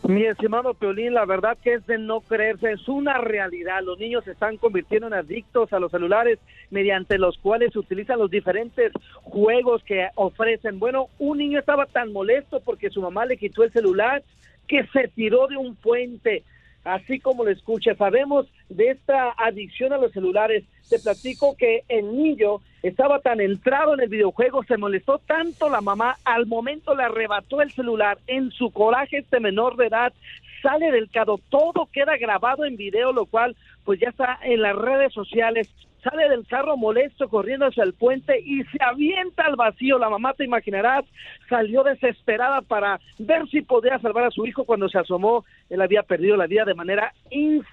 W: Mi estimado Peolín, la verdad que es de no creerse, es una realidad. Los niños se están convirtiendo en adictos a los celulares mediante los cuales se utilizan los diferentes juegos que ofrecen. Bueno, un niño estaba tan molesto porque su mamá le quitó el celular que se tiró de un puente. Así como lo escucha, sabemos de esta adicción a los celulares. Te platico que el niño estaba tan entrado en el videojuego, se molestó tanto la mamá, al momento le arrebató el celular. En su coraje, este menor de edad sale del cado, todo queda grabado en video, lo cual pues ya está en las redes sociales. Sale del carro molesto corriendo hacia el puente y se avienta al vacío. La mamá, te imaginarás, salió desesperada para ver si podía salvar a su hijo cuando se asomó. Él había perdido la vida de manera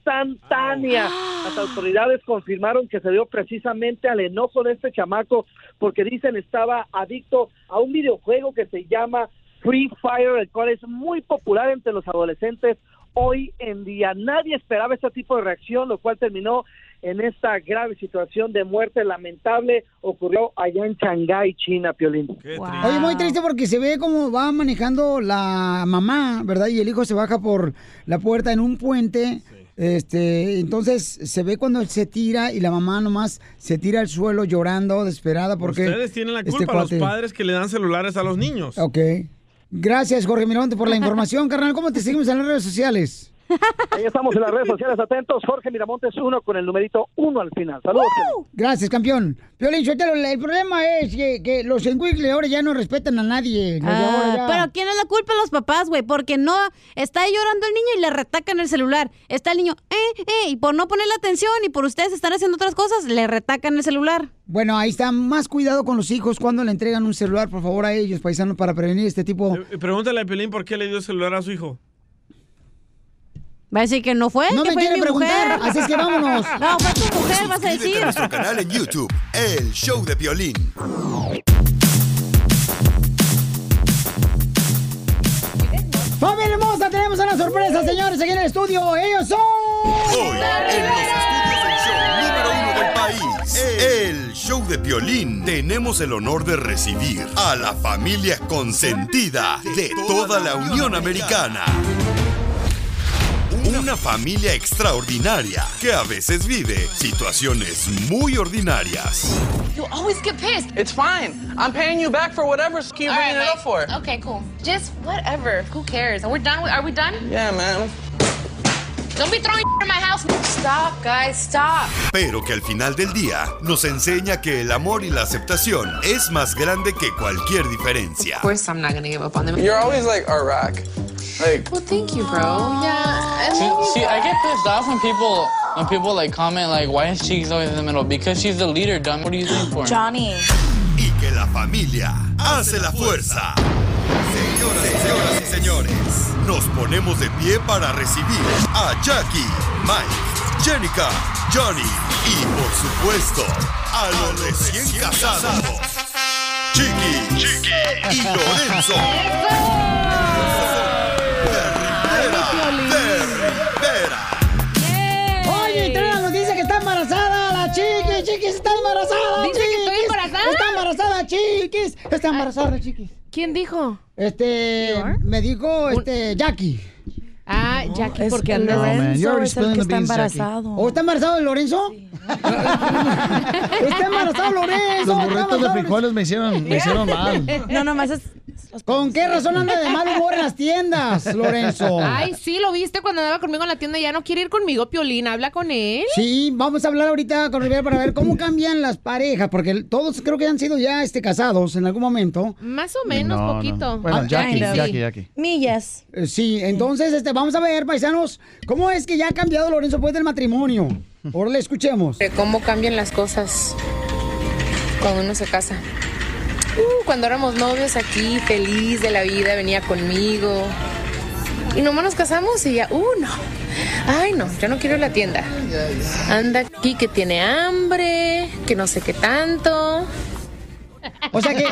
W: instantánea. Las autoridades confirmaron que se dio precisamente al enojo de este chamaco porque dicen estaba adicto a un videojuego que se llama Free Fire, el cual es muy popular entre los adolescentes hoy en día. Nadie esperaba este tipo de reacción, lo cual terminó en esta grave situación de muerte lamentable ocurrió allá en Shanghái, China, Piolín.
B: Oye, muy triste porque se ve cómo va manejando la mamá, ¿verdad? Y el hijo se baja por la puerta en un puente. Este, entonces se ve cuando él se tira y la mamá nomás se tira al suelo llorando, desesperada porque
C: Ustedes tienen la
B: este
C: culpa, los
B: cuate-
C: padres que le dan celulares a los niños.
B: Ok. Gracias, Jorge Miramonte,
C: (laughs)
B: por la información, carnal. ¿Cómo te seguimos en las redes sociales?
W: Ahí estamos en las redes sociales atentos. Jorge Miramontes uno con el numerito uno al final. Saludos. Piolín.
B: Gracias, campeón. Piolín, Sotelo, el problema es que, que los encuicles ahora ya no respetan a nadie. los de ahora
H: Ah,
B: ya-
H: pero ¿quién es la culpa? Los papás, güey, porque no está ahí llorando el niño y le retacan el celular. Está el niño, eh, eh, y por no ponerle atención y por ustedes estar haciendo otras cosas, le retacan el celular.
B: Bueno, ahí está. Más cuidado con los hijos cuando le entregan un celular, por favor, a ellos, paisanos, para prevenir este tipo.
C: Eh, Pregúntale a Pelín por qué le dio el celular a su hijo.
H: Va a decir que no fue,
B: No
H: que
B: me
H: fue
B: quiere
H: mi
B: preguntar,
H: mujer.
B: así es que vámonos.
H: (laughs) No, fue tu mujer, vas a
L: Suscríbete
H: decir.
L: a nuestro canal en YouTube, El Show de Piolín.
B: ¡Familia hermosa! Tenemos una sorpresa, señores, aquí en el estudio. ¡Ellos son!
L: país. El show de Piolín. Tenemos el honor de recibir a la familia consentida de toda la Unión Americana. Una familia extraordinaria que a veces vive situaciones muy ordinarias.
J: You always get pissed. It's fine. I'm paying you back for whatever. Keep bringing it up for. Okay, cool. Just whatever. Who cares? We're done. With, are we done? Yeah, man. Don't be throwing in my house. Stop, guys. Stop.
L: Pero que al final del día nos enseña que el amor y la aceptación es más grande que cualquier diferencia.
J: Of course, I'm not gonna give up on them.
L: You're always like Iraq. Like
J: Well, thank you, bro. Yeah. I See- love you see, guys. I get pissed off when people when people like comment like, why is she always in the middle? Because she's the leader, dumb. What do you think for? Johnny.
L: Y que la familia hace la fuerza. Señoras, señoras y señores, nos ponemos de pie para recibir a Jackie, Mike, Jenica, Johnny y por supuesto a los recién casados. Chiqui, Chiqui y Lorenzo.
B: Oye, Trela nos dice que está embarazada la chiquis. Chiquis está embarazada.
J: ¿Dice que estoy
B: Chiquis.
J: embarazada?
B: Está embarazada, chiquis. Está embarazada, chiquis.
J: ¿Quién dijo?
B: Este, me dijo, este, Jackie.
N: Ah, Jackie,
B: Es
N: porque
B: que
N: Lorenzo
B: no, man. You're
N: es el
B: spilling
N: que
B: the
N: está
B: beans, Jackie.
N: embarazado.
B: ¿O está embarazado el Lorenzo? (laughs) ¡Está
N: (laughs)
B: embarazado Lorenzo!
P: Los
B: está
P: burritos de
B: embarazado
P: frijoles me hicieron, me hicieron
B: (laughs)
P: mal.
N: No, nomás es...
B: ¿Con qué razón anda de mal humor en las tiendas, Lorenzo?
X: Ay, sí, lo viste cuando andaba conmigo en la tienda. Ya no quiere ir conmigo, Piolín. Habla con él.
B: Sí, vamos a hablar ahorita con Rivera para ver cómo cambian las parejas, porque todos creo que han sido ya este, casados en algún momento.
X: Más o menos,
P: No, no.
X: poquito.
P: Bueno,
X: Ah,
P: Jackie,
X: sí.
P: Jackie, Jackie.
B: Millas. Eh, Sí, entonces este, vamos a ver, paisanos, cómo es que ya ha cambiado Lorenzo después del matrimonio. Ahora le escuchemos.
X: ¿Cómo cambian las cosas cuando uno se casa? Uh, cuando éramos novios aquí, feliz de la vida, venía conmigo. Y nomás nos casamos y ya, uh, no. Ay, no, yo no quiero ir a la tienda. Anda aquí que tiene hambre, que no sé qué tanto.
B: O sea que,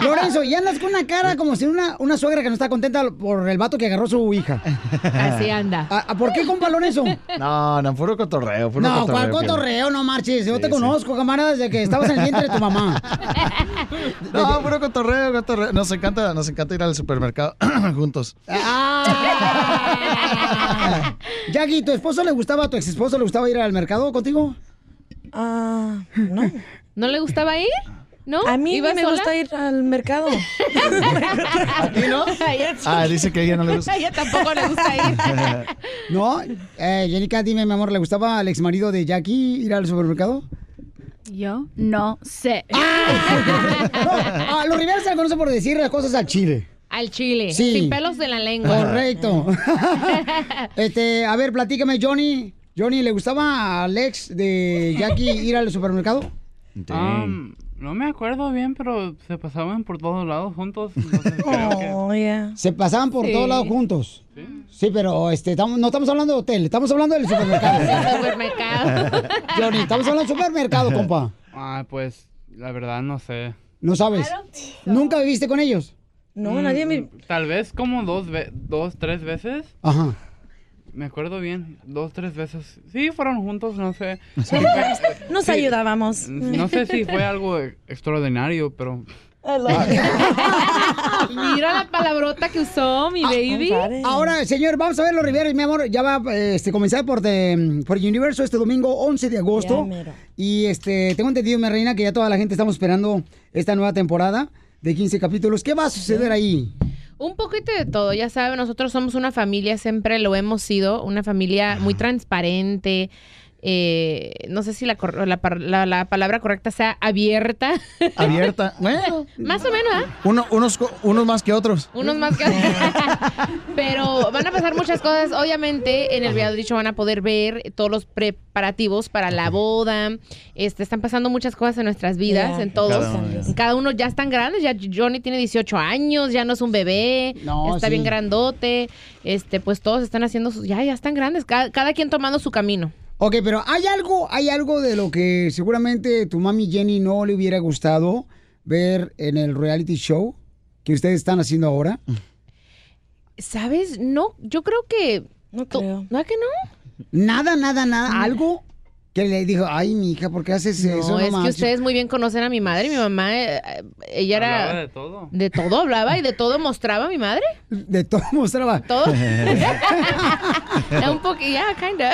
B: Lorenzo,
N: (laughs)
B: ya andas con una cara como si una, una suegra que no está contenta por el vato que agarró su hija.
X: Así anda.
B: ¿A, por qué,
X: (laughs)
B: compa Lorenzo?
P: No, no, puro cotorreo, puro
B: No,
P: cotorreo.
B: ¿cuál cotorreo? No marches. Yo te conozco, camarada, desde que estabas en el vientre de tu mamá.
P: No, puro cotorreo, cotorreo. Nos encanta, nos encanta ir al supermercado (clears throat) juntos.
B: Jackie, ¿tu esposo le gustaba, a tu ex esposo le gustaba ir al mercado contigo?
X: Ah, no. (laughs) ¿No le gustaba ir? ¿No?
N: A mí
X: ¿Iba
N: me
X: sola?
N: gusta ir al mercado.
X: (laughs)
P: ¿A ti no? Ah, dice que a ella no
X: (laughs)
P: le gusta.
X: ella tampoco le gusta ir.
B: ¿No? Eh, Jenica, dime, mi amor, ¿le gustaba al exmarido de Jackie ir al supermercado?
Y: Yo no sé. Ah,
B: A Ah, los Rivera se le conoce por decir las cosas al chile.
X: Al chile.
B: Sí.
X: Sin pelos de la lengua.
B: Correcto. este, a ver, platícame, Johnny. Johnny, ¿le gustaba al ex de Jackie ir al supermercado?
Z: Um, no me acuerdo bien, pero se pasaban por todos lados juntos. entonces creo que-
B: Se pasaban por
Z: Sí.
B: todos lados juntos. Sí, pero este, estamos- no estamos hablando de hotel, estamos
X: (laughs)
B: hablando del supermercado.
X: Supermercado.
B: Johnny, estamos hablando del supermercado, compa.
Z: Ah, pues la verdad no sé.
B: No sabes. ¿Nunca viviste con ellos?
Z: Mm, Tal vez como dos, ve- dos, tres veces.
B: Ajá.
Z: Me acuerdo bien, dos, tres veces. Sí, fueron juntos, no sé.
N: Nos
Z: Sí.
N: ayudábamos.
Z: No sé si fue algo e- extraordinario, pero
X: Mira la palabrota que usó
B: Ah.
X: mi baby.
B: Ahora, señor, vamos a ver los Rivera, mi amor. Ya va eh, este, comenzar por, de- por Universo este domingo 11 de agosto.
X: Ya, mero.
B: y este, tengo entendido, mi reina, que ya toda la gente estamos esperando esta nueva temporada de 15 capítulos. ¿Qué va a suceder ahí?
X: Un poquito de todo, ya saben, nosotros somos una familia, siempre lo hemos sido, una familia muy transparente. eh, no sé si la, cor- la par- la- la palabra correcta sea abierta.
P: Abierta. Bueno,
X: (laughs) Más o menos, ¿ah?
P: uno- unos, co- unos más que otros.
X: Unos más que (laughs) Pero van a pasar muchas cosas. Obviamente, en el video dicho van a poder ver todos los preparativos para la boda. Este, están pasando muchas cosas en nuestras vidas,
Y: Ya,
X: en todos.
Y: cada
X: Cada
Y: uno,
X: uno, ya están grandes. Ya Johnny tiene 18 años, ya no es un bebé,
Y: No,
X: está
Y: sí.
X: bien grandote. Este, pues todos están haciendo sus, ya, ya están grandes, cada, cada quien tomando su camino.
B: Ok, pero hay algo, hay algo de lo que seguramente tu mami Jenny no le hubiera gustado ver en el reality show que ustedes están
X: (laughs)
B: haciendo ahora.
X: ¿Sabes? No, yo creo que. No creo. ¿No es que no?
B: Nada, nada, nada. Algo que le dijo, ay, mi hija, ¿por qué haces
X: Mm. No,
B: eso?
X: es que
B: manches?"
X: ustedes muy bien conocen a mi madre. Mi mamá, eh, eh, ella era.
Z: Hablaba de todo.
X: De todo hablaba y de todo mostraba mi madre.
B: De todo mostraba. (laughs)
X: Todo. Era un poquito, ya, kinda.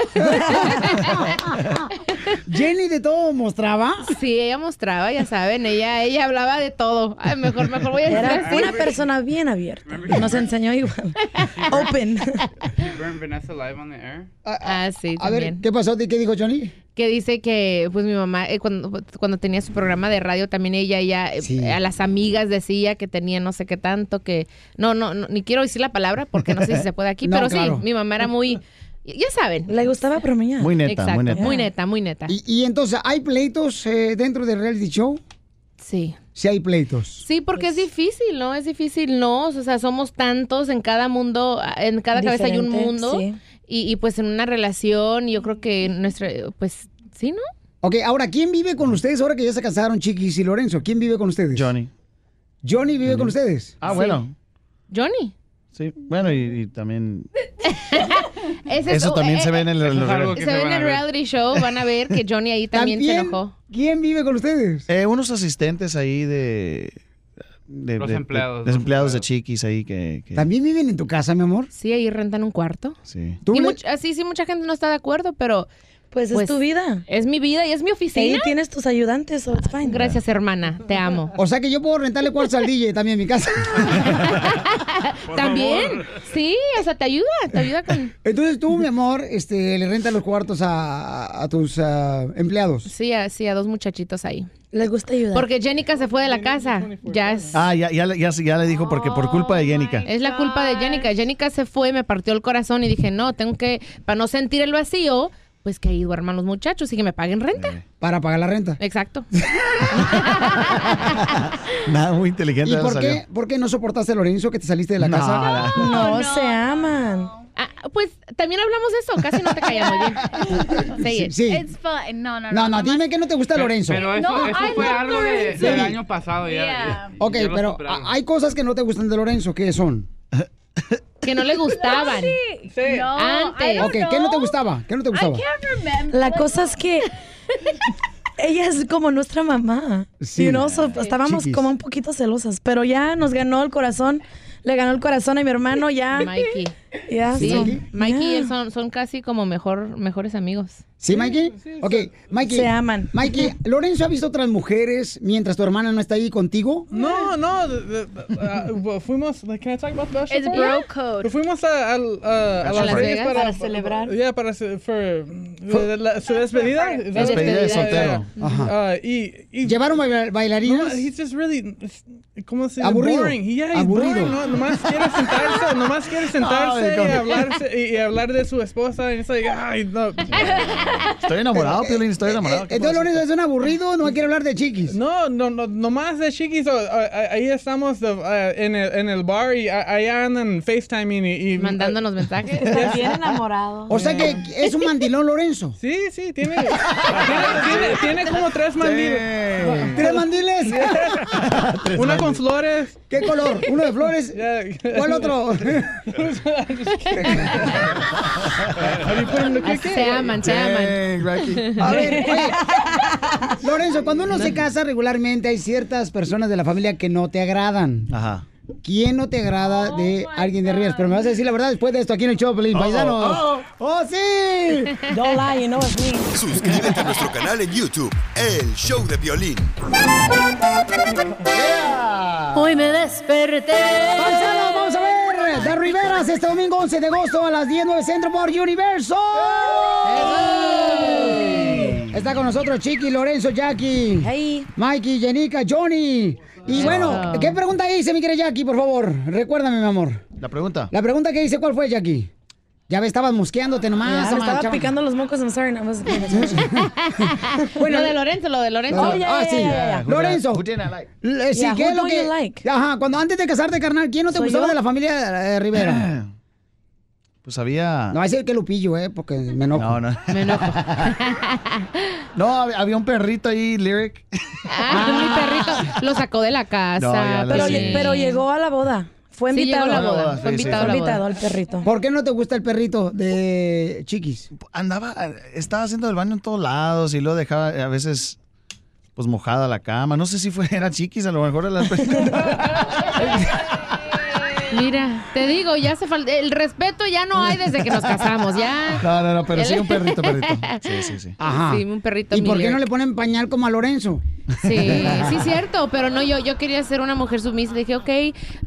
B: Jenny de todo mostraba.
X: Sí, ella mostraba, ya saben, ella, ella hablaba de todo. Ay, mejor, mejor voy a decir
N: Era
X: así.
N: una persona bien abierta. Nos
X: (laughs)
N: enseñó igual. Open.
Z: you burn Vanessa live on the air.
X: Ah, sí,
Z: a ver,
X: también.
B: ¿Qué pasó? ¿Qué dijo Johnny?
X: Que dice que, pues, mi mamá, eh, cuando, cuando tenía su programa de radio, también ella, ya eh,
B: Sí.
X: a las amigas decía que tenía no sé qué tanto, que... No, no, no, ni quiero decir la palabra porque no sé si se puede aquí,
B: (laughs) No,
X: pero
B: claro.
X: sí, mi mamá era muy... Ya saben.
N: Le gustaba bromear.
X: Muy
B: neta, muy
X: Exacto,
B: neta.
X: Muy neta, muy neta.
B: Y, y entonces, ¿hay pleitos eh, dentro del reality show?
X: Sí.
B: Sí, hay pleitos.
X: Sí, porque
Y: Pues
X: es difícil, ¿no? Es difícil, ¿no? O sea, somos tantos en cada mundo, en cada cabeza hay un
N: Diferente,
X: mundo.
N: sí.
X: Y, y, pues en una relación, yo creo que nuestra, pues sí, ¿no?
Y: (laughs)
B: Ok, ahora, ¿quién vive con ustedes ahora que ya se casaron, Chiquis y Lorenzo? ¿Quién vive con ustedes? Johnny. ¿Johnny vive con ustedes?
P: Ah, bueno.
X: Johnny.
P: Sí, bueno, y, y también.
X: Ese es-
P: Eso también
X: eh,
P: se ve en el.
X: eh,
P: el-
X: se ve en el reality show, van a ver que Johnny ahí también, se enojó.
B: ¿Quién vive con ustedes?
P: Eh, unos asistentes ahí de. de-
N: Los
P: de- de-
N: empleados,
P: los
N: los
P: empleados de chiquis ahí que... que-
B: ¿También viven en tu casa, mi amor?
X: Sí, ahí rentan un cuarto.
P: Sí.
X: Y much- así sí, mucha gente no está de acuerdo, pero... Pues,
Y: es tu vida.
X: Es mi vida y es mi oficina.
Y: Ahí tienes tus ayudantes, so it's fine.
X: Gracias, hermana. Te amo.
B: O sea que yo puedo rentarle cuartos al DJ también
P: (laughs)
B: en mi casa.
X: También. Sí, o sea, te ayuda, te ayuda con...
B: (laughs) Entonces tú, mi amor, este, le rentas los cuartos a, a tus ah, empleados.
X: Sí, a, sí, a dos muchachitos ahí.
Y: Les gusta ayudar.
X: Porque Jenica se fue de la casa. Ya es...
P: Ah, ya, ya, le- ya, ya le dijo porque por culpa de Jenica.
X: Es la culpa de Jenica. Jenica se fue, me partió el corazón y dije, no, tengo que, para no sentir el vacío, pues que ahí duerman los muchachos y que me paguen renta.
B: Eh. Para pagar la renta.
X: Exacto.
P: Nada, muy inteligente.
B: ¿Y
P: no
B: por
P: salió.
B: qué, por qué no soportaste, Lorenzo, que te saliste de la
P: No,
B: casa?
P: no.
Y: No, se aman.
X: Ah, pues también hablamos de eso, casi no te callas muy bien.
B: (laughs) Sí, sí.
Z: It's fun. No, no,
B: No, no,
Z: no.
B: dime que no te gusta
N: Pero-
B: Lorenzo.
N: Pero eso,
Z: No,
N: eso
Z: I
N: fue
Z: love
N: algo de-
Z: Lorenzo.
N: del año pasado ya.
Z: Yeah.
B: ok,
N: ya lo
B: pero
N: superaron.
B: ah, hay cosas que no te gustan de Lorenzo, ¿qué son?
X: Que no le gustaban.
Z: Sí. No, I
X: Antes.
Z: don't
B: Ok, ¿qué no te gustaba? ¿Qué no te gustaba?
Y: Ah, La cosa es que (laughs) ella es como nuestra mamá.
B: Sí.
Y: Sí. pues, estábamos
B: Chiquis.
Y: como un poquito celosas, pero ya nos ganó el corazón. Le ganó el corazón a mi hermano ya.
X: Mikey.
Y: Ya,
X: Sí,
Y: so-
X: Mikey y
Y: ya.
X: él son, son casi como mejor, mejores amigos.
B: ¿Sí, Mikey? ok, Mikey.
Y: Se aman. (laughs)
B: Mikey, ¿Lorenzo ha visto otras mujeres mientras tu hermana no está ahí contigo?
N: No, no, de- de- ah, bueno, fuimos, like, can I talk about that shit
Z: It's
N: for a
Z: bro
N: minute?
Z: code.
N: Fuimos a, al- a- a
Z: ¿A
N: Uh, Las
Z: Las
N: Vegas
Z: Vegas?
N: para,
Z: Para celebrar.
N: Ya, para ce- for- de la- su despedida. ¿Es
P: Despedida de
N: Yeah, yeah,
P: soltero.
N: yeah.
B: Ajá.
N: Ah, y, y-
B: ¿Llevaron baila-
N: No,
B: bailarinas?
N: he's just really, ¿cómo se dice?
B: Aburrido.
N: Boring. Yeah, he's
B: Aburrido.
N: boring, ¿no? Nomás quiere sentarse, nomás
B: (laughs)
N: quiere sentarse
P: Ay, con-
N: y, hablarse, y, y hablar de su esposa. Y es like, ay, no.
P: Estoy enamorado, Piolín,
B: eh,
P: estoy enamorado. ¿Qué
B: Entonces, Lorenzo es un aburrido, no quiere hablar de chiquis.
N: No, no, no, nomás de chiquis. o- a- a- ahí estamos de- a- en, el, en el bar y a- allá andan FaceTiming y. y- (laughs)
X: Mandándonos mensajes.
N: Está
Y: bien enamorado.
B: O
Y: (laughs)
B: sea que es un mandilón, Lorenzo.
N: (laughs) Sí, sí, tiene, tiene, tiene- tiene como tres mandiles.
B: ¿Tres
N: (laughs)
B: mandiles?
N: Una con flores.
B: ¿Qué color? ¿Uno
N: (laughs)
B: de flores? ¿Cuál otro? pues,
X: Así se aman, se aman.
B: A ver, oye, Lorenzo, cuando uno se casa regularmente hay ciertas personas de la familia que no te agradan.
P: Ajá.
B: ¿Quién no te agrada
Y: Oh
B: de alguien de Rivers? Pero me vas a decir la verdad después de esto aquí en el show, Pelín,
P: Oh,
B: paisanos.
P: oh.
B: ¡Oh, sí!
Y: Don't lie, you know it's me.
L: Suscríbete a nuestro canal en YouTube, El Show de Violín.
Y: Hoy me desperté.
B: Paisanos, vamos a ver. De Riveras este domingo 11 de agosto a las 10 9 centro por Universo. Está con nosotros Chiqui, Lorenzo, Jackie, Mikey, Jenica, Johnny. Y bueno, ¿qué pregunta hice, mi querida Jackie, por favor? Recuérdame, mi amor.
P: La pregunta.
B: La pregunta que hice, ¿cuál fue, Jackie? Ya me estabas musqueándote nomás.
Y: se me estaba
B: chava.
Y: picando los mocos, I'm sorry. no, was-
X: (laughs)
B: (laughs)
X: Bueno, lo de Lorenzo, lo de Lorenzo.
Y: Oh, ya,
B: ah,
Y: ya,
B: sí.
Y: ya, ya, ya.
B: Lorenzo.
P: Who didn't I like?
B: Le- Sí,
Y: Yeah,
B: ¿qué
Y: who
B: es lo
Y: don't
B: que...
Y: you like?
B: Ajá, cuando antes de casarte, carnal, ¿quién no te
Y: ¿Soy
B: gustaba
Y: yo?
B: de la familia eh, Rivera?
P: (clears throat) Pues había...
B: No va a decir que Lupillo, ¿eh? Porque me enojo.
P: No, no.
X: Me enojo.
P: (laughs) No, hab- había un perrito ahí, Lyric.
X: Ah, mi perrito lo sacó de la casa.
P: No, ya lo
Y: Pero,
P: Sí.
Y: lle- pero llegó a la boda. Fue
X: Sí, llegó
Y: invitado.
X: a la boda.
P: Fue invitado
Y: Fue
P: a la
Y: invitado al perrito.
B: ¿Por qué no te gusta el perrito de Chiquis?
P: Andaba, estaba haciendo el baño en todos lados y luego dejaba eh, a veces pues mojada la cama. No sé si fue, (laughs) era chiquis, a lo mejor era la...
X: Mira, te digo, ya hace falta. El respeto ya no hay desde que nos casamos, ya.
P: No, no, no, pero sí un perrito, perrito. Sí, sí, sí.
B: Ajá.
X: Sí, un perrito.
B: Ah. ¿Y por qué
X: Miller.
B: no le ponen pañal como a Lorenzo?
X: Sí, sí, cierto, pero no, yo, yo quería ser una mujer sumisa. Dije, ok,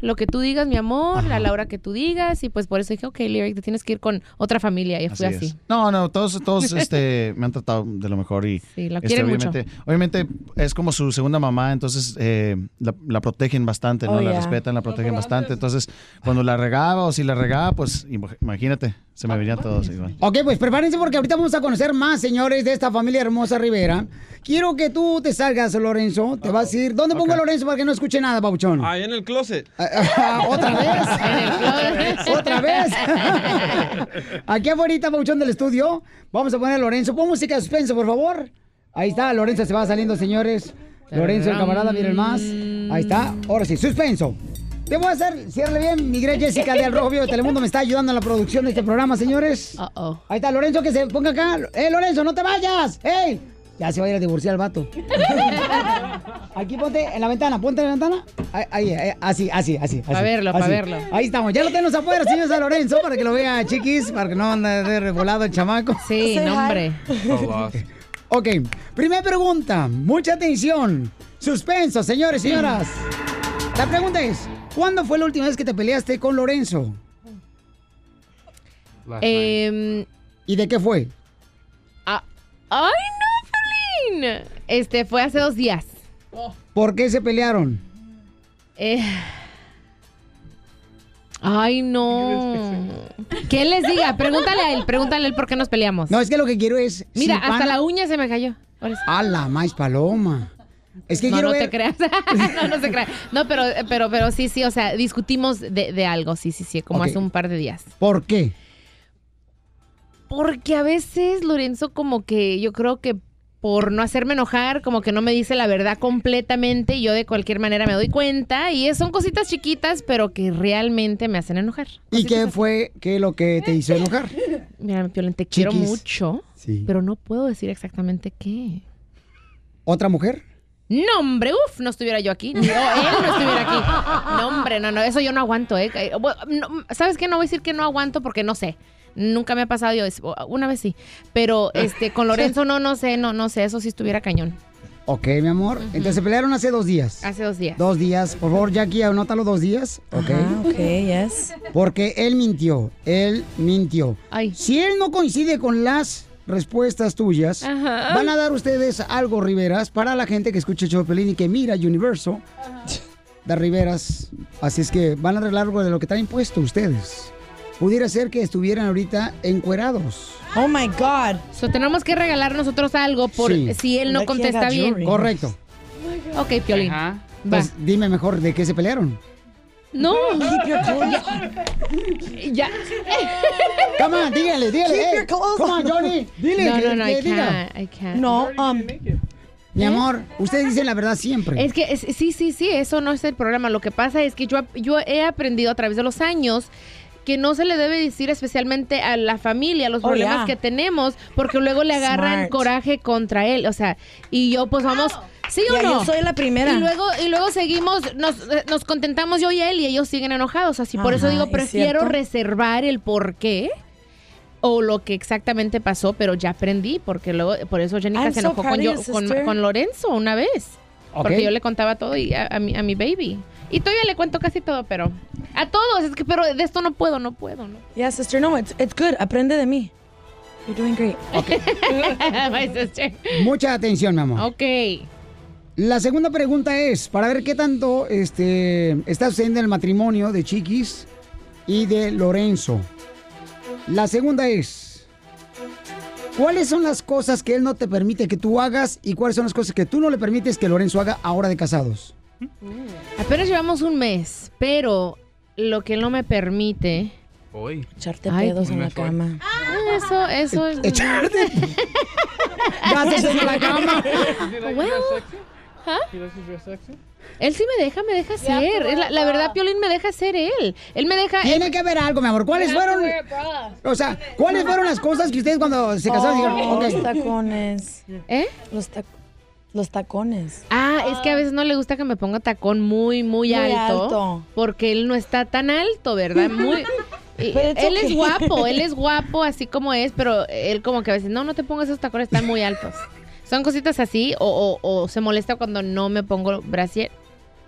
X: lo que tú digas, mi amor, a la hora que tú digas. Y pues por eso dije, ok, Lyric, te tienes que ir con otra familia. Y fui así.
P: es. No, no, todos, todos este, me han tratado de lo mejor y
X: Sí, lo
P: este,
X: quieren mucho.
P: obviamente, obviamente es como su segunda mamá, entonces eh, la, la protegen bastante, ¿no?
Y: Oh,
P: La
Y: yeah.
P: respetan, la protegen bastante. Entonces, cuando la regaba o si la regaba, pues im- imagínate, se me venían todos igual.
B: (laughs) Ok, pues prepárense porque ahorita vamos a conocer más, señores, de esta familia hermosa Rivera. Quiero que tú te salgas, Lorenzo. Te vas a ir. ¿Dónde pongo a Lorenzo para que no escuche nada, Babuchón?
C: Ahí en el closet.
B: Ah, (laughs) ¿Otra
X: (laughs)
B: vez? ¿Otra vez? Aquí afuera, Babuchón del estudio, vamos a poner a Lorenzo. Pon música de suspenso, por favor. Ahí está, Lorenzo se va saliendo, señores. Lorenzo, el camarada, miren más. Ahí está. Ahora sí, suspenso. Te voy a hacer, cierre bien. Mi gran Jessica de Al Rojo Vivo de Telemundo me está ayudando en la producción de este programa, señores.
X: Uh-oh.
B: Ahí está Lorenzo, que se ponga acá. ¡Eh, Lorenzo, no te vayas! ¡Ey! Ya se va a ir a divorciar
X: (laughs)
B: el vato. Aquí ponte en la ventana, ponte en la ventana. Ahí, ahí, ahí, así, así, así.
X: Pa'
B: así,
X: verlo, pa'
B: así.
X: verlo.
B: Ahí estamos, ya lo tenemos afuera, señor San Lorenzo, para que lo vea, chiquis, para que no ande de revolado el chamaco. (laughs)
X: Sí,
B: nombre.
X: no, hombre.
B: Ok, primera pregunta, mucha atención. Suspenso, señores, señoras. La pregunta es, ¿cuándo fue la última vez que te peleaste con Lorenzo?
X: Em,
B: ¿Y de qué fue?
X: ah, ¡Ay, no, Paulín! Este, fue hace dos días.
B: ¿Por qué se pelearon?
X: Eh, Ay, no. ¿Qué les diga? Pregúntale a él, pregúntale a él por qué nos peleamos.
B: No, es que lo que quiero es...
X: Mira,
B: si
X: hasta
B: van-
X: la uña se me cayó.
B: A la más paloma. Es que
X: no,
B: quiero
X: no
B: ver...
X: te creas. (laughs) no, no se creas. No, pero, pero, pero sí, sí, o sea, discutimos de, de algo, sí, sí, sí, como
B: Ok.
X: hace un par de días.
B: ¿Por qué?
X: Porque a veces Lorenzo como que yo creo que por no hacerme enojar, como que no me dice la verdad completamente y yo de cualquier manera me doy cuenta y es- son cositas chiquitas pero que realmente me hacen enojar.
B: ¿Y qué fue qué lo que te
X: (laughs)
B: hizo enojar?
X: Mira, Piolín, te quiero
B: Chiquis.
X: mucho,
B: Sí.
X: pero no puedo decir exactamente qué.
B: ¿Otra mujer?
X: No, hombre, uff, no estuviera yo aquí. No, él no estuviera aquí. No, hombre, no, no, eso yo no aguanto, ¿eh? Eh, bueno, no, ¿Sabes qué? No voy a decir que no aguanto porque no sé. Nunca me ha pasado yo, es- una vez sí. Pero este, con Lorenzo no, no sé, no, no sé, eso sí estuviera cañón.
B: Ok, mi amor. Entonces se pelearon hace dos días.
X: Hace dos días.
B: Dos días. Por favor, Jackie, anótalo dos días. Ok.
X: ok,
B: yes. Porque él mintió. Él mintió. Si él no coincide con las respuestas tuyas,
X: Ajá.
B: van a dar ustedes algo, Riveras, para la gente que escucha el show de Pelín y que mira Universo de Riveras. Así es que van a arreglar algo de lo que traen puesto ustedes. Pudiera ser que estuvieran ahorita encuerados.
X: Oh my God. So, tenemos que regalar nosotros algo por
B: Sí.
X: si él no contesta bien.
B: Correcto.
X: Ok, Piolín. Va.
B: Pues dime mejor de qué se pelearon.
X: No. ya.
B: Come on, dígale, dígale.
X: Keep
B: hey.
X: your clothes
B: Come
X: on.
B: on, Johnny. Dile
X: No,
B: que,
X: no, no,
B: que
X: I
B: diga.
X: can't, I can't.
B: No, um,
X: You already
B: Mi amor, ustedes dicen la verdad siempre.
X: Es que es- sí, sí, sí, eso no es el problema. Lo que pasa es que yo, ap- yo he aprendido a través de los años que no se le debe decir especialmente a la familia los
N: Oh,
X: problemas
N: yeah.
X: que tenemos porque luego le agarran
N: Smart.
X: coraje contra él. O sea, y yo pues vamos... ¿Sí o
N: Yeah,
X: no?
N: yo soy la primera.
X: Y luego, y luego seguimos, nos, eh, nos contentamos yo y él y ellos siguen enojados. Así por eso
N: Ajá,
X: digo,
N: ¿es
X: prefiero
N: cierto?
X: reservar el por qué o lo que exactamente pasó, pero ya aprendí porque luego, por eso Jenica
N: I'm
X: se
N: so
X: enojó
N: proud
X: con,
N: of
X: yo,
N: you,
X: con,
N: sister.
X: con Lorenzo una vez.
N: Ok.
X: Porque yo le contaba todo y a, a mi, a mi baby. Y todavía le cuento casi todo, pero a todos. Es que, pero de esto no puedo, no puedo, ¿no? (laughs)
N: Yeah, sister, no, it's, it's good. Aprende de mí. You're doing great.
X: My sister.
B: Mucha atención, mi amor.
X: ok.
B: La segunda pregunta es, para ver qué tanto este, está sucediendo el matrimonio de Chiquis y de Lorenzo. La segunda es, ¿cuáles son las cosas que él no te permite que tú hagas y cuáles son las cosas que tú no le permites que Lorenzo haga ahora de casados?
X: Apenas llevamos un mes, pero lo que él no me permite.
C: Hoy.
N: Echarte
X: Ay,
N: pedos
X: pues
N: en
X: me
N: la
X: fue.
N: cama.
X: Eso, eso es. (laughs)
B: Echarte.
X: Gases
B: en la
X: (laughs) cama.
Z: Well.
X: ¿Ah? Él sí me deja, me deja ser. Es La, la verdad, Piolín me deja ser él. Él me deja.
B: Tiene que ver algo, mi amor. ¿Cuáles fueron? O sea, ¿cuáles fueron las cosas que ustedes cuando se casaron dijeron,
N: Oh,
B: "Ok"?
N: Los tacones.
X: ¿Eh?
N: Los, tac- los tacones.
X: Ah, es que a veces no le gusta que me ponga tacón muy, muy,
N: Muy
X: alto,
N: alto.
X: Porque él no está tan alto, ¿verdad?
N: (laughs)
X: Muy. y-
N: Pero it's
X: él
N: okay.
X: es guapo, él
N: (laughs)
X: es guapo así como es, pero él como que a veces, no, no te pongas esos tacones tan muy altos. Son cositas así, o, o- o se molesta cuando no me pongo brasier.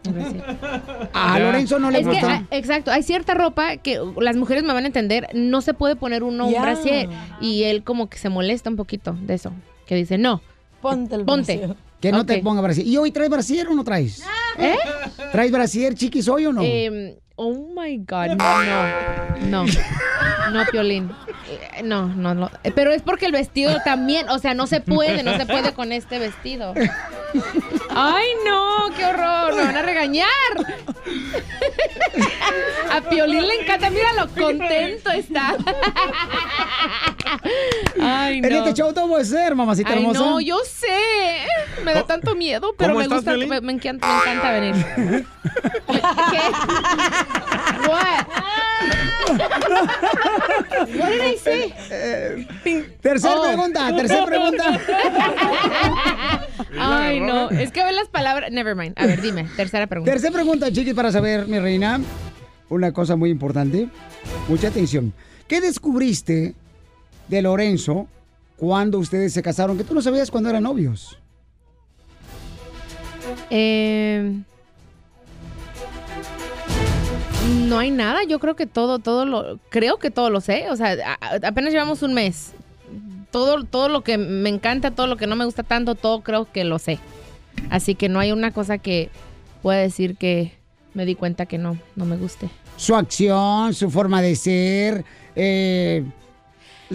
X: brasier.
B: A
X: Ya.
B: Ah, Lorenzo no le
X: Es que,
B: gustó. (laughs)
X: ah, exacto, hay cierta ropa que uh, las mujeres me van a entender, no se puede poner uno
N: Ya.
X: un brasier. Y él como que se molesta un poquito de eso, que dice, no,
N: Ponte el
X: ponte.
N: brasier.
B: Que no te
X: Ok.
B: ponga brasier. ¿Y hoy traes brasier o no traes?
X: ¿Eh?
B: ¿Traes brasier, chiquis, hoy o no?
X: Em, oh my God, no, no, no, Piolín. Eh, No, no, no. Eh, Pero es porque el vestido también, o sea, no se puede, no se puede con este vestido. Ay, no, qué horror, me van a regañar. A Piolín le encanta, mira lo contento está. Ay,
B: En
X: no.
B: este show todo puede ser, mamacita
X: Ay,
B: hermosa.
X: no, yo sé. Me da tanto miedo, pero
B: ¿Cómo
X: me
B: estás,
X: gusta,
B: Piolín?
X: me, me
B: (laughs)
X: encanta, me encanta venir. ¿Qué? What?
B: What did I say? Eh, Tercer
X: Oh.
B: pregunta, tercer
P: (laughs)
B: pregunta.
X: Ay, no. Es que ven las palabras. Never mind. A ver, dime. Tercera pregunta.
B: Tercera pregunta, chiqui, para saber, mi reina, una cosa muy importante. Mucha atención. ¿Qué descubriste de Lorenzo cuando ustedes se casaron? Que tú no sabías cuando eran novios.
X: Eh, no hay nada. Yo creo que todo, todo lo. Creo que todo lo sé. O sea, a- a- apenas llevamos un mes. Todo, todo lo que me encanta, todo lo que no me gusta tanto, todo creo que lo sé. Así que no hay una cosa que pueda decir que me di cuenta que no, no me guste.
B: Su acción, su forma de ser, eh,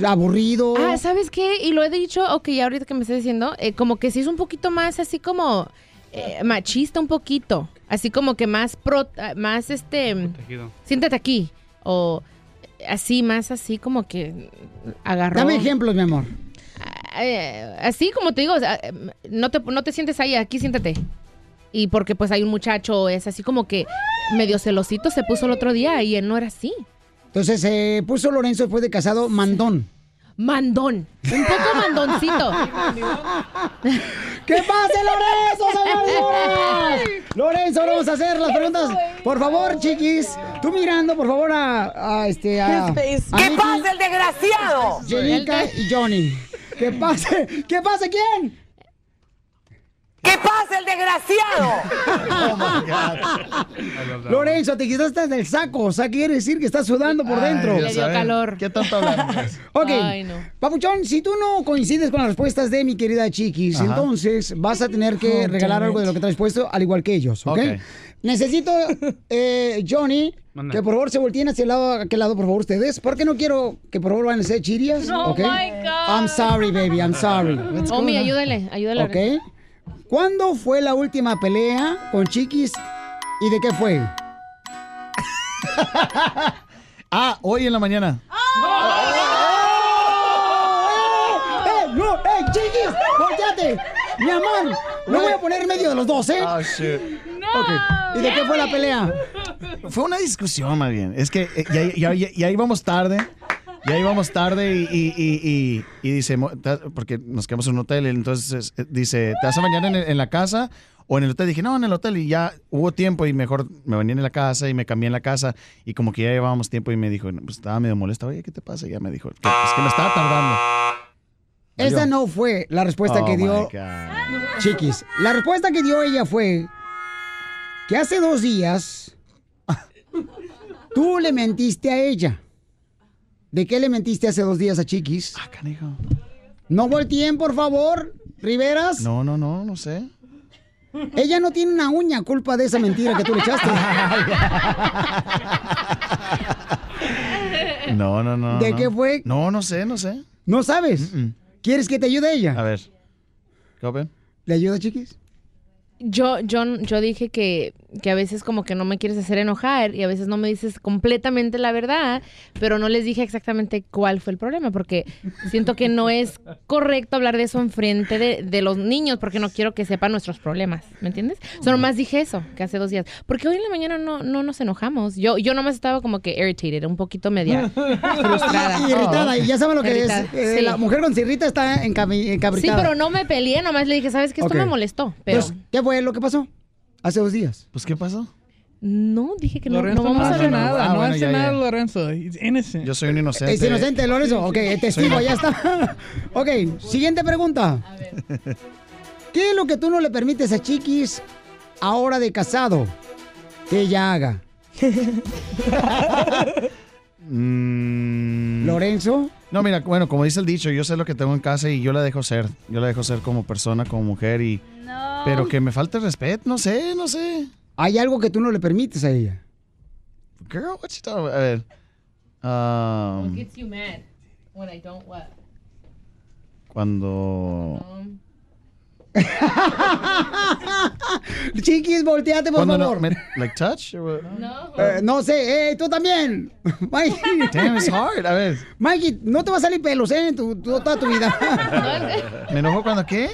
B: aburrido.
X: Ah, ¿sabes qué? Y lo he dicho, ok, ahorita que me estás diciendo, eh, como que sí es un poquito más así como eh, machista un poquito. Así como que más pro, ah, más este, mm, siéntate aquí. O así, más así como que agarró.
B: Dame ejemplos, mi amor.
X: eh, así como te digo, o sea, eh, no, te, no te sientes ahí, aquí siéntate. Y porque pues hay un muchacho, es así como que medio celosito se puso el otro día y él no era así.
B: Entonces se puso Lorenzo después de casado mandón.
X: Mandón. Un poco mandoncito.
B: ¿Qué pasa, Lorenzo, señores? Lorenzo, ahora vamos a hacer las preguntas. Por favor, chiquis, tú mirando, por favor, a, a este. A,
A: ¿Qué
B: a Nicky,
A: pasa, el desgraciado?
B: Jenica y Johnny. ¿Qué pase? ¿Qué pase quién?
A: ¿Qué pasa, el
P: Oh
B: Oh,
A: desgraciado?
B: Lorenzo, te quitaste del saco. O sea, quiere decir que estás sudando por dentro.
X: Le dio calor.
P: ¿Qué tanto (laughs) hablamos?
B: Ok.
X: Ay, no.
B: Papuchón, si tú no coincides con las respuestas de mi querida Chiquis,
P: Ajá.
B: entonces vas a tener
P: Oh,
B: que
P: damn
B: regalar algo de
P: it.
B: lo que traes puesto, al igual que ellos, ¿ok?
P: Ok.
B: Necesito, eh, Johnny,
P: Manda.
B: que por favor se volteen hacia el lado, a aquel lado, por favor, ustedes, porque no quiero que por favor van a ser chirias,
X: Oh,
B: ¿ok?
X: my God. Oh,
B: I'm sorry, baby, I'm sorry.
X: Omi, ayúdale, ayúdale.
B: ¿Ok? ¿Cuándo fue la última pelea con Chiquis y de qué fue?
P: Ah, hoy en la mañana.
B: ¡Eh, no! ¡Eh, chiquis! ¡Volteate! Mi amor, no voy a poner en medio de los dos, ¿eh?
P: Oh, shit.
B: Ok. ¿Y de qué fue la pelea?
P: Fue una discusión, más bien. Es que eh, ya, ya, ya- ya íbamos tarde. Ya íbamos tarde y, y, y- y- y dice, mo- te- porque nos quedamos en un hotel, entonces eh, dice, ¿te vas a bañar en, el- en la casa o en el hotel? Dije, no, en el hotel y ya hubo tiempo y mejor me bañé en la casa y me cambié en la casa y como que ya llevábamos tiempo y me dijo, no, pues estaba medio molesta, oye, ¿qué te pasa? Y ya me dijo, "Que- es que me estaba tardando.
B: Esa no fue la respuesta
P: Oh,
B: que
P: my
B: dio
P: God.
B: Chiquis. La respuesta que dio ella fue que hace dos días tú le mentiste a ella. ¿De qué le mentiste hace dos días a Chiquis? Ah,
P: canijo.
B: No volteen, por favor, Riveras.
P: No, no, no, no sé.
B: Ella no tiene una uña culpa de esa mentira que tú
P: (laughs)
B: le echaste.
P: (laughs) No, no, no.
B: ¿De
P: no.
B: qué fue?
P: No, no sé, no sé.
B: ¿No sabes? ¿Quieres que te ayude ella?
P: A ver. ¿Copen?
B: ¿Le ayuda, chiquis?
X: Yo, yo, yo dije que, que a veces como que no me quieres hacer enojar y a veces no me dices completamente la verdad, pero no les dije exactamente cuál fue el problema, porque siento que no es correcto hablar de eso en frente de, de los niños, porque no quiero que sepan nuestros problemas, ¿me entiendes? Solo más dije eso, que hace dos días, porque hoy en la mañana no, no nos enojamos. Yo, yo nomás estaba como que irritated, un poquito
B: (laughs)
X: media frustrada.
B: Y irritada, y ya saben lo que
X: Irritada,
B: es. eh,
X: sí.
B: La mujer con cirrita está encami-
X: Sí,
B: encabritada.
X: pero no me peleé, nomás le dije, ¿sabes qué? Esto
B: Ok.
X: me molestó, pero...
B: Entonces, ¿Qué fue lo que pasó? Hace dos días.
P: Pues, ¿qué pasó?
X: No, dije que no, no
Z: Lorenzo no,
X: vamos a
Z: hace
X: hablar.
Z: nada,
P: Ah,
Z: no
P: bueno,
Z: hace
P: ya, Este,
Z: nada
P: ya.
Z: Lorenzo. It's innocent.
P: Yo soy un inocente.
B: Es inocente, Lorenzo. Ok, es testigo,
P: (laughs)
B: ya está. (laughs) ok, siguiente pregunta. ¿Qué es lo que tú no le permites a Chiquis ahora de casado que ella
X: (laughs)
B: haga? ¿Lorenzo?
P: Mm. No, mira, bueno, como dice el dicho, yo sé lo que tengo en casa y yo la dejo ser. Yo la dejo ser como persona, como mujer y... Pero que me falte respeto, no sé, no sé.
B: ¿Hay algo que tú no le permites a ella?
P: Girl, what you talking about? A ver. um, cuando...
B: Chiquis, volteate, por
P: Cuando
B: favor.
P: no... me- like touch? or what?
B: Eh, no sé, eh, tú también. (laughs) Mikey.
P: Damn, it's hard. A ver.
B: Mikey, no te va a salir pelos, ¿eh? en tu- tu- toda tu vida.
P: ¿Me enojo cuando qué?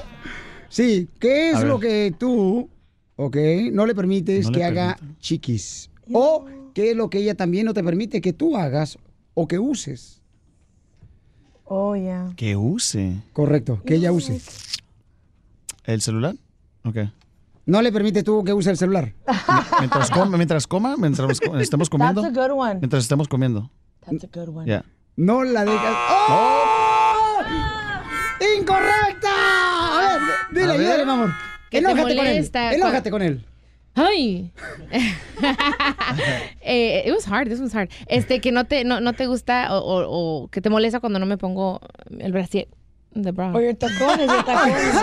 B: Sí, ¿qué es
P: A
B: lo
P: ver.
B: que tú, ok, no le permites
P: No le
B: que haga chiquis? O qué es lo que ella también no te permite que tú hagas o que uses.
N: Oh, ya.
P: Que use.
B: Correcto, que ella use.
P: ¿El celular? Ok.
B: No le permite tú que use el celular.
P: (laughs) Mientras coma, mientras coma,
B: (laughs)
P: mientras co- estamos comiendo.
N: That's a good one.
P: Mientras estamos comiendo.
N: That's a good one.
P: Ya.
B: No la ¡Oh! dejas. ¡Incorrecta! A ver, dile,
P: A ver.
B: ayúdale, mi amor.
X: Que te
B: Enójate con él.
X: molesta.
B: Enójate con él.
X: (laughs) Ay. (laughs) Eh, it was hard, this was hard. Este, que no te, no, no te gusta o, o- o que te molesta cuando no me pongo el brasier, the bra.
N: Or your tacones, your tacones,
X: (laughs)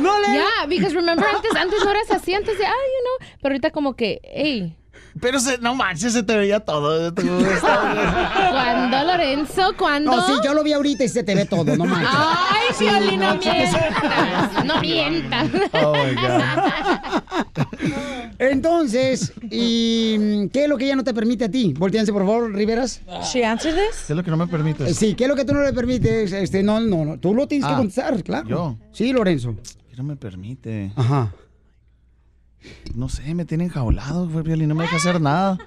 X: No le. Yeah, (laughs) because remember antes, antes no eras así, antes de, ah, you know, pero ahorita como que, hey.
P: Pero se- no manches, se te veía todo. tú
B: (laughs)
X: Cuando Lorenzo, cuando.
B: No, sí, yo lo vi ahorita y se te ve todo, no manches.
X: (laughs) Ay,
B: Sí,
X: Piolín, no
B: no, chicos.
X: mientas, no mientas.
P: Oh my God.
B: (laughs) Entonces, ¿y mm, qué es lo que ella no te permite a ti? Voltéense, por favor, Riveras.
N: She answered this?
P: ¿Qué es lo que no me permites?
B: Sí, ¿qué es lo que tú no le permites? Este, no, no, no. Tú lo tienes que
P: Ah,
B: contestar, claro.
P: yo.
B: Sí,
P: (laughs)
B: Lorenzo.
P: ¿Qué no me permite?
B: Ajá.
P: No sé, me tienen jaulado, güey, Piolín, no me deja hacer
B: (laughs)
P: nada.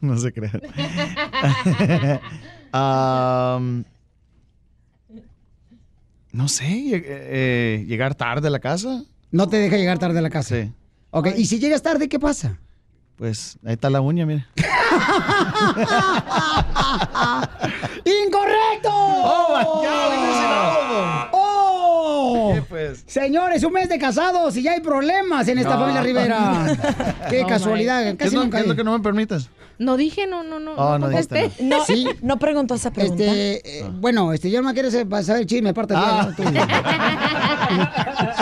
P: No se crean. (laughs) Am, no sé, lleg- eh, llegar tarde a la casa.
B: No te deja llegar tarde a la casa.
P: Sí.
B: Ok, ¿y si llegas tarde, qué pasa?
P: Pues ahí está la uña, mira.
B: ¡Incorrecto! ¡Oh,
P: ¿Qué, pues?
B: Señores, un mes de casados y ya hay problemas (laughs) en esta
P: No.
B: familia Rivera.
P: (laughs)
B: Qué
P: No,
B: casualidad,
P: man.
B: casi
P: ¿Qué es lo-
B: nunca.
P: qué es lo
B: hay.
P: que no me permitas?
X: No dije, no, no, no.
B: Ah,
P: Oh, no dijiste
X: contesté. Ah.
N: No,
B: Sí.
N: no preguntó esa pregunta.
B: Este, eh, Bueno, este, yo no me quiero sa- pa- saber chisme, aparte.
N: Ah.
B: ya,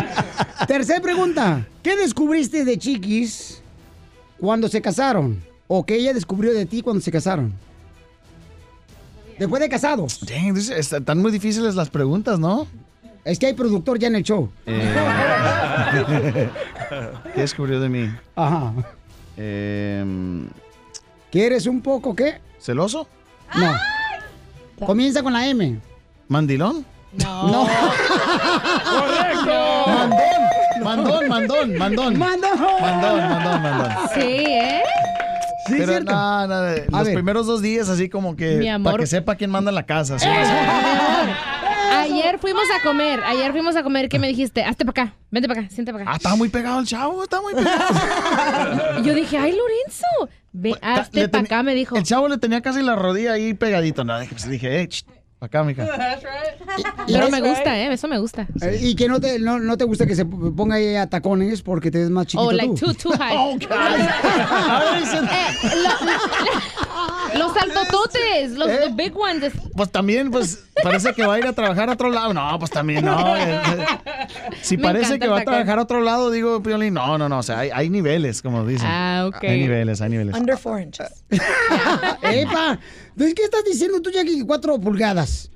X: (laughs)
B: tú. Tercer pregunta. ¿Qué descubriste de Chiquis cuando se casaron? ¿O qué ella descubrió de ti cuando se casaron? Después de casados.
P: Dang, this- est- están muy difíciles las preguntas, ¿no?
B: Es que hay productor ya en el show.
P: Eh, (laughs) ¿Qué descubrió de mí?
B: Ajá.
P: Em,
B: ¿Que eres un poco qué?
P: ¿Celoso?
B: No. Comienza con la M.
P: ¿Mandilón?
B: No.
P: ¡Correcto! ¡Mandón! ¡Mandón, mandón, mandón!
B: ¡Mandón!
P: ¡Mandón, mandón, mandón!
X: Sí, ¿eh?
B: Sí,
P: Pero
B: cierto.
P: no, no, los
B: ver.
P: primeros dos días así como
X: Mi
P: que
X: amor.
P: para que sepa quién manda en la casa. ¿sí?
B: Eh.
X: Ayer fuimos a comer, ayer fuimos a comer, ¿qué me dijiste? Hazte para acá, vente para acá, siéntate para
P: Ah,
X: acá.
P: está muy pegado el chavo, está muy pegado.
X: Y (laughs) Yo dije, ay, Lorenzo, ve, hazte
P: le
X: para
P: tenía-
X: acá, me dijo.
P: El chavo le tenía casi la rodilla ahí pegadito. No, déjame, dije, eh, para acá, mija.
X: Pero me gusta, ¿eh? Eso me gusta.
B: Eh, Y que no te, no, no te gusta que se ponga ella a tacones porque te ves más chiquito
X: Oh, like
B: tú. Oh,
X: too, too high. (laughs) Eh, lo- los saltototes, los
B: Eh,
X: the big ones.
P: Pues también, pues, parece que va a ir a trabajar a otro lado. No, pues también,
N: (laughs)
X: (laughs)
P: no. eh, eh. Si
X: Me
P: parece
X: encanta
P: que va a
X: atacar.
P: trabajar a otro lado, digo, Piolín, no, no, no. O sea, hay, hay niveles, como dicen.
X: Ah, ok.
P: Hay niveles, hay niveles.
N: Under four inches.
B: (laughs) Epa, entonces, ¿qué estás diciendo tú, Jackie? Cuatro pulgadas.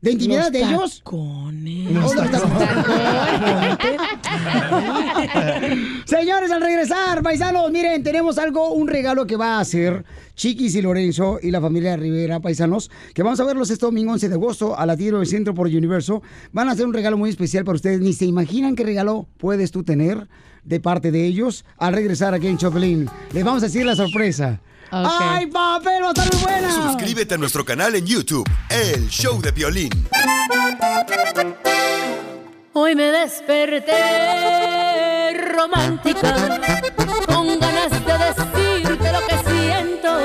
B: ¿De intimidad
N: Los
B: de ellos?
N: Los
B: Oh, los tacones. (laughs) Señores, al regresar, paisanos, miren, tenemos algo, un regalo que va a hacer Chiquis y Lorenzo y la familia Rivera, paisanos, que vamos a verlos este domingo 11 de agosto a las 10 del centro por Universo. Van a hacer un regalo muy especial para ustedes. Ni se imaginan qué regalo puedes tú tener de parte de ellos al regresar aquí en Choplin. Les vamos a decir la sorpresa. ¡Ay, papel! ¡Va a estar muy buena!
L: Suscríbete a nuestro canal en YouTube, El Show de Violín.
Y: Hoy me desperté romántica, con ganas de decirte lo que siento,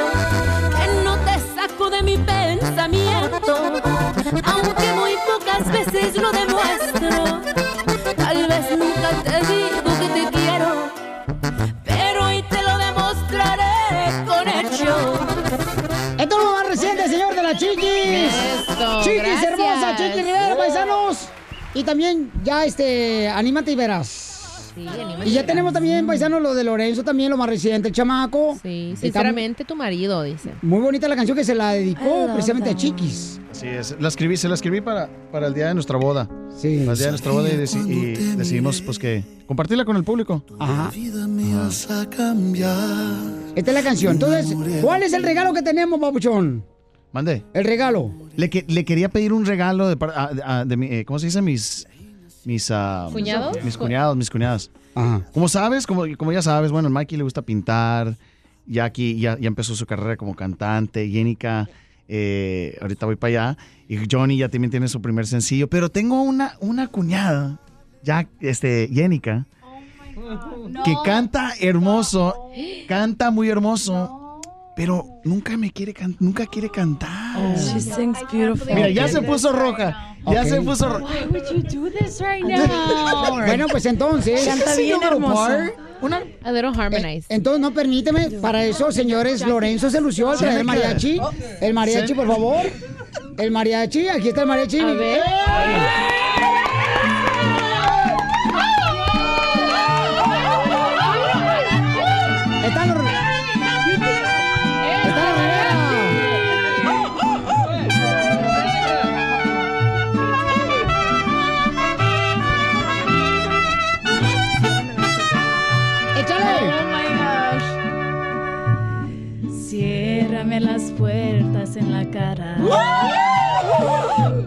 Y: que no te saco de mi pensamiento, aunque muy pocas veces lo demuestro. Tal vez nunca te digo que te quiero, pero hoy te lo demostraré con hechos.
B: Esto es lo más reciente, señor de las chiquis.
Y: Eso,
B: chiquis
Y: gracias.
B: hermosa, chiquis Rivera,
Y: Oh.
B: paisanos. Y también, ya, este, anímate y verás. Y ya tenemos también, paisanos, lo de Lorenzo, también lo más reciente, el chamaco. Sí,
X: Sinceramente, tu marido, dice.
B: Muy bonita la canción que se la dedicó precisamente a Chiquis.
P: Así es. La escribí, se la escribí para, para el día de nuestra boda.
B: Sí.
P: Para el día de nuestra boda y, deci- y decidimos, pues, que compartirla con el público.
B: Ajá.
P: a cambiar.
B: Esta es la canción. Entonces, ¿cuál es el regalo que tenemos, papuchón?
P: Mandé.
B: El regalo.
P: Le, que- le quería pedir un regalo de, par- a- a- de mi- eh, ¿cómo se dice? Mis, mis, ah,
X: ¿Cuñados?
P: mis cuñados, mis cuñadas. Como sabes, como, como ya sabes, bueno, a Mikey le gusta pintar, Jackie ya, ya empezó su carrera como cantante, Jenica, eh, ahorita voy para allá, y Johnny ya también tiene su primer sencillo, pero tengo una, una cuñada, Jack, este, Jenica, que canta hermoso, canta muy hermoso, pero nunca me quiere can- nunca quiere cantar.
X: Oh.
N: She sings beautiful.
P: Mira, ya se puso roja, ya
N: Ok.
P: se puso roja.
N: Why would you do this
P: (laughs)
N: Oh, right
B: now? Bueno, pues entonces.
N: Canta bien hermoso.
P: Una,
X: a little harmonized.
B: Eh, Entonces, no, permíteme, para eso, señores, Lorenzo se lució al traer el mariachi. El mariachi, por favor. El mariachi, aquí está el mariachi.
X: A ver.
B: Están los... Están los Rivera.
Y: Oh my gosh. Ciérrame las puertas en la cara.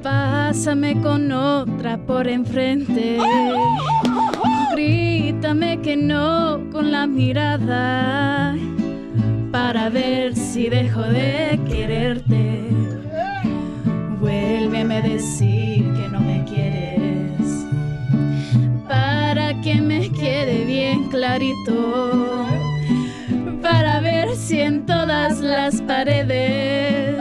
Y: Pásame con otra por enfrente. Grítame que no con la mirada. Para ver si dejo de quererte. Vuélveme a decir que no me quieres para que me quede bien clarito, para ver si en todas las paredes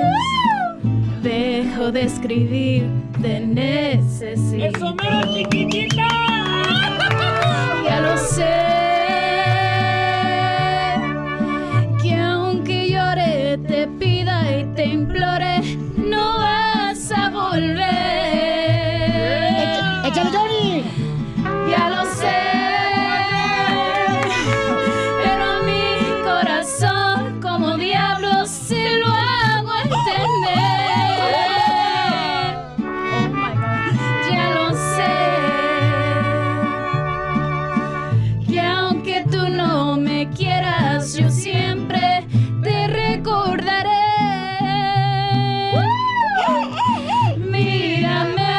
Y: dejo de escribir de necesito. ¡Eso chiquitita! Ya lo sé, que aunque llore, te pida y te implore, no vas a volver. ¡Échale, Johnny! Ya lo sé, pero mi corazón como diablo se lo hago entender. Oh my God. Ya lo sé, que aunque tú no me quieras, yo siempre te recordaré. Mírame.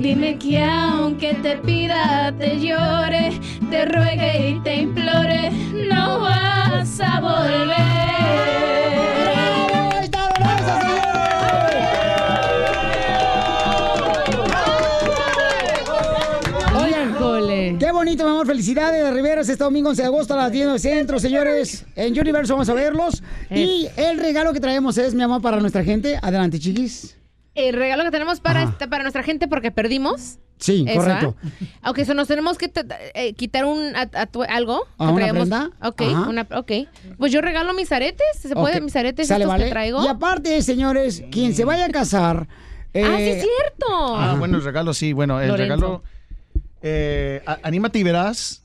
Y: Dime que aunque te pida, te llore, te ruegue y te implore, no vas a volver.
B: Oigan, qué bonito, mi amor. Felicidades, Riveros. Este domingo 11 de agosto a las 10 del centro, señores. En Universo vamos a verlos. Y el regalo que traemos es, mi amor, para nuestra gente. Adelante, chiquis.
X: El regalo que tenemos para, esta- para nuestra gente porque perdimos.
B: Sí,
X: Eso,
B: correcto.
X: ¿ah? Ok, so nos tenemos que ta- eh, quitar un at- atu- algo.
B: Ah,
X: que
B: ¿una
X: traemos.
B: prenda?
X: Ok,
B: Ajá.
X: una, ok. Pues yo regalo mis aretes. ¿Se puede?
B: Ok.
X: Mis aretes
B: Sale,
X: estos
B: vale.
X: que traigo.
B: Y aparte, señores, quien se vaya a casar.
X: ah, sí,
B: eh,
X: es cierto.
P: Ah, bueno, el regalo sí, bueno, el
X: Lorenzo.
P: regalo. eh, a- anímate y verás.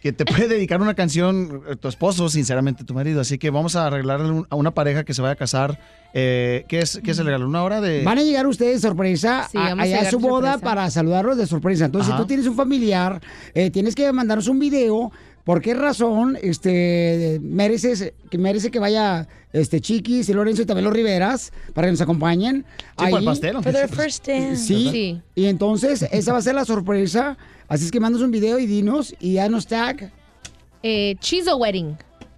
P: Que te puede dedicar una canción eh, tu esposo, sinceramente tu marido. Así que vamos a arreglarle un- a una pareja que se vaya a casar. Eh, ¿qué, es, ¿Qué es el regalo? ¿Una hora de.?
B: Van a llegar ustedes sorpresa
P: Sí,
B: a-
P: vamos a
B: allá a,
P: llegar
B: su boda
P: sorpresa.
B: para saludarlos de sorpresa. Entonces,
P: Ajá.
B: si tú tienes un familiar, eh, tienes que mandarnos un video. ¿Por qué razón este, mereces, que merece que vaya este, Chiquis y Lorenzo y también los Riveras para que nos acompañen?
P: Sí, por el pastel, aunque For their sea. first dance.
B: Sí,
P: Sí.
B: Y entonces, esa va a ser la sorpresa. Así es que mandas un video y dinos y danos tag.
X: Eh, Chizo Wedding.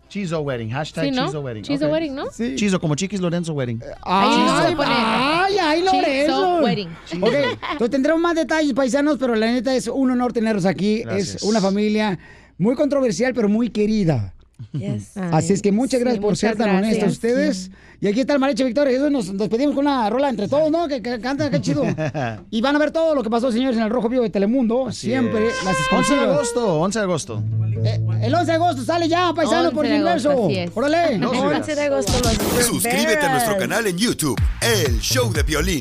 P: Chizo Wedding, hashtag
X: Sí, ¿no?
P: Chizo Wedding.
X: Chizo
P: ok.
X: Wedding, ¿no? Sí. Ah,
P: Chizo, como Chiquis Lorenzo Wedding.
B: Ay,
X: poner.
B: ay, ay,
X: Chizo
B: Lorenzo.
X: Wedding.
B: Ok, entonces tendremos más detalles, paisanos, pero la neta es un honor tenerlos aquí.
P: Gracias.
B: Es una familia muy controversial, pero muy querida.
N: Yes.
B: Así es que muchas
N: Sí,
B: gracias por
N: muchas
B: ser tan
N: gracias.
B: honestos ustedes. Y aquí está el mariachi Victoria. Jesús, Nos despedimos con una rola entre todos, ¿no? Que, que canta,
P: (laughs)
B: qué chido. Y van a ver todo lo que pasó, señores, en el Rojo Vivo de Telemundo. Siempre
P: Sí. 11
B: las
P: de
B: exclusivas.
P: agosto, 11 de agosto.
B: El 11 de agosto sale ya, paisano,
P: 11
B: por
P: de agosto,
B: universo.
P: así es.
B: Órale.
P: No, sí,
N: Once de agosto,
L: (laughs)
N: los
L: Suscríbete a nuestro canal en YouTube, El Show de Violín.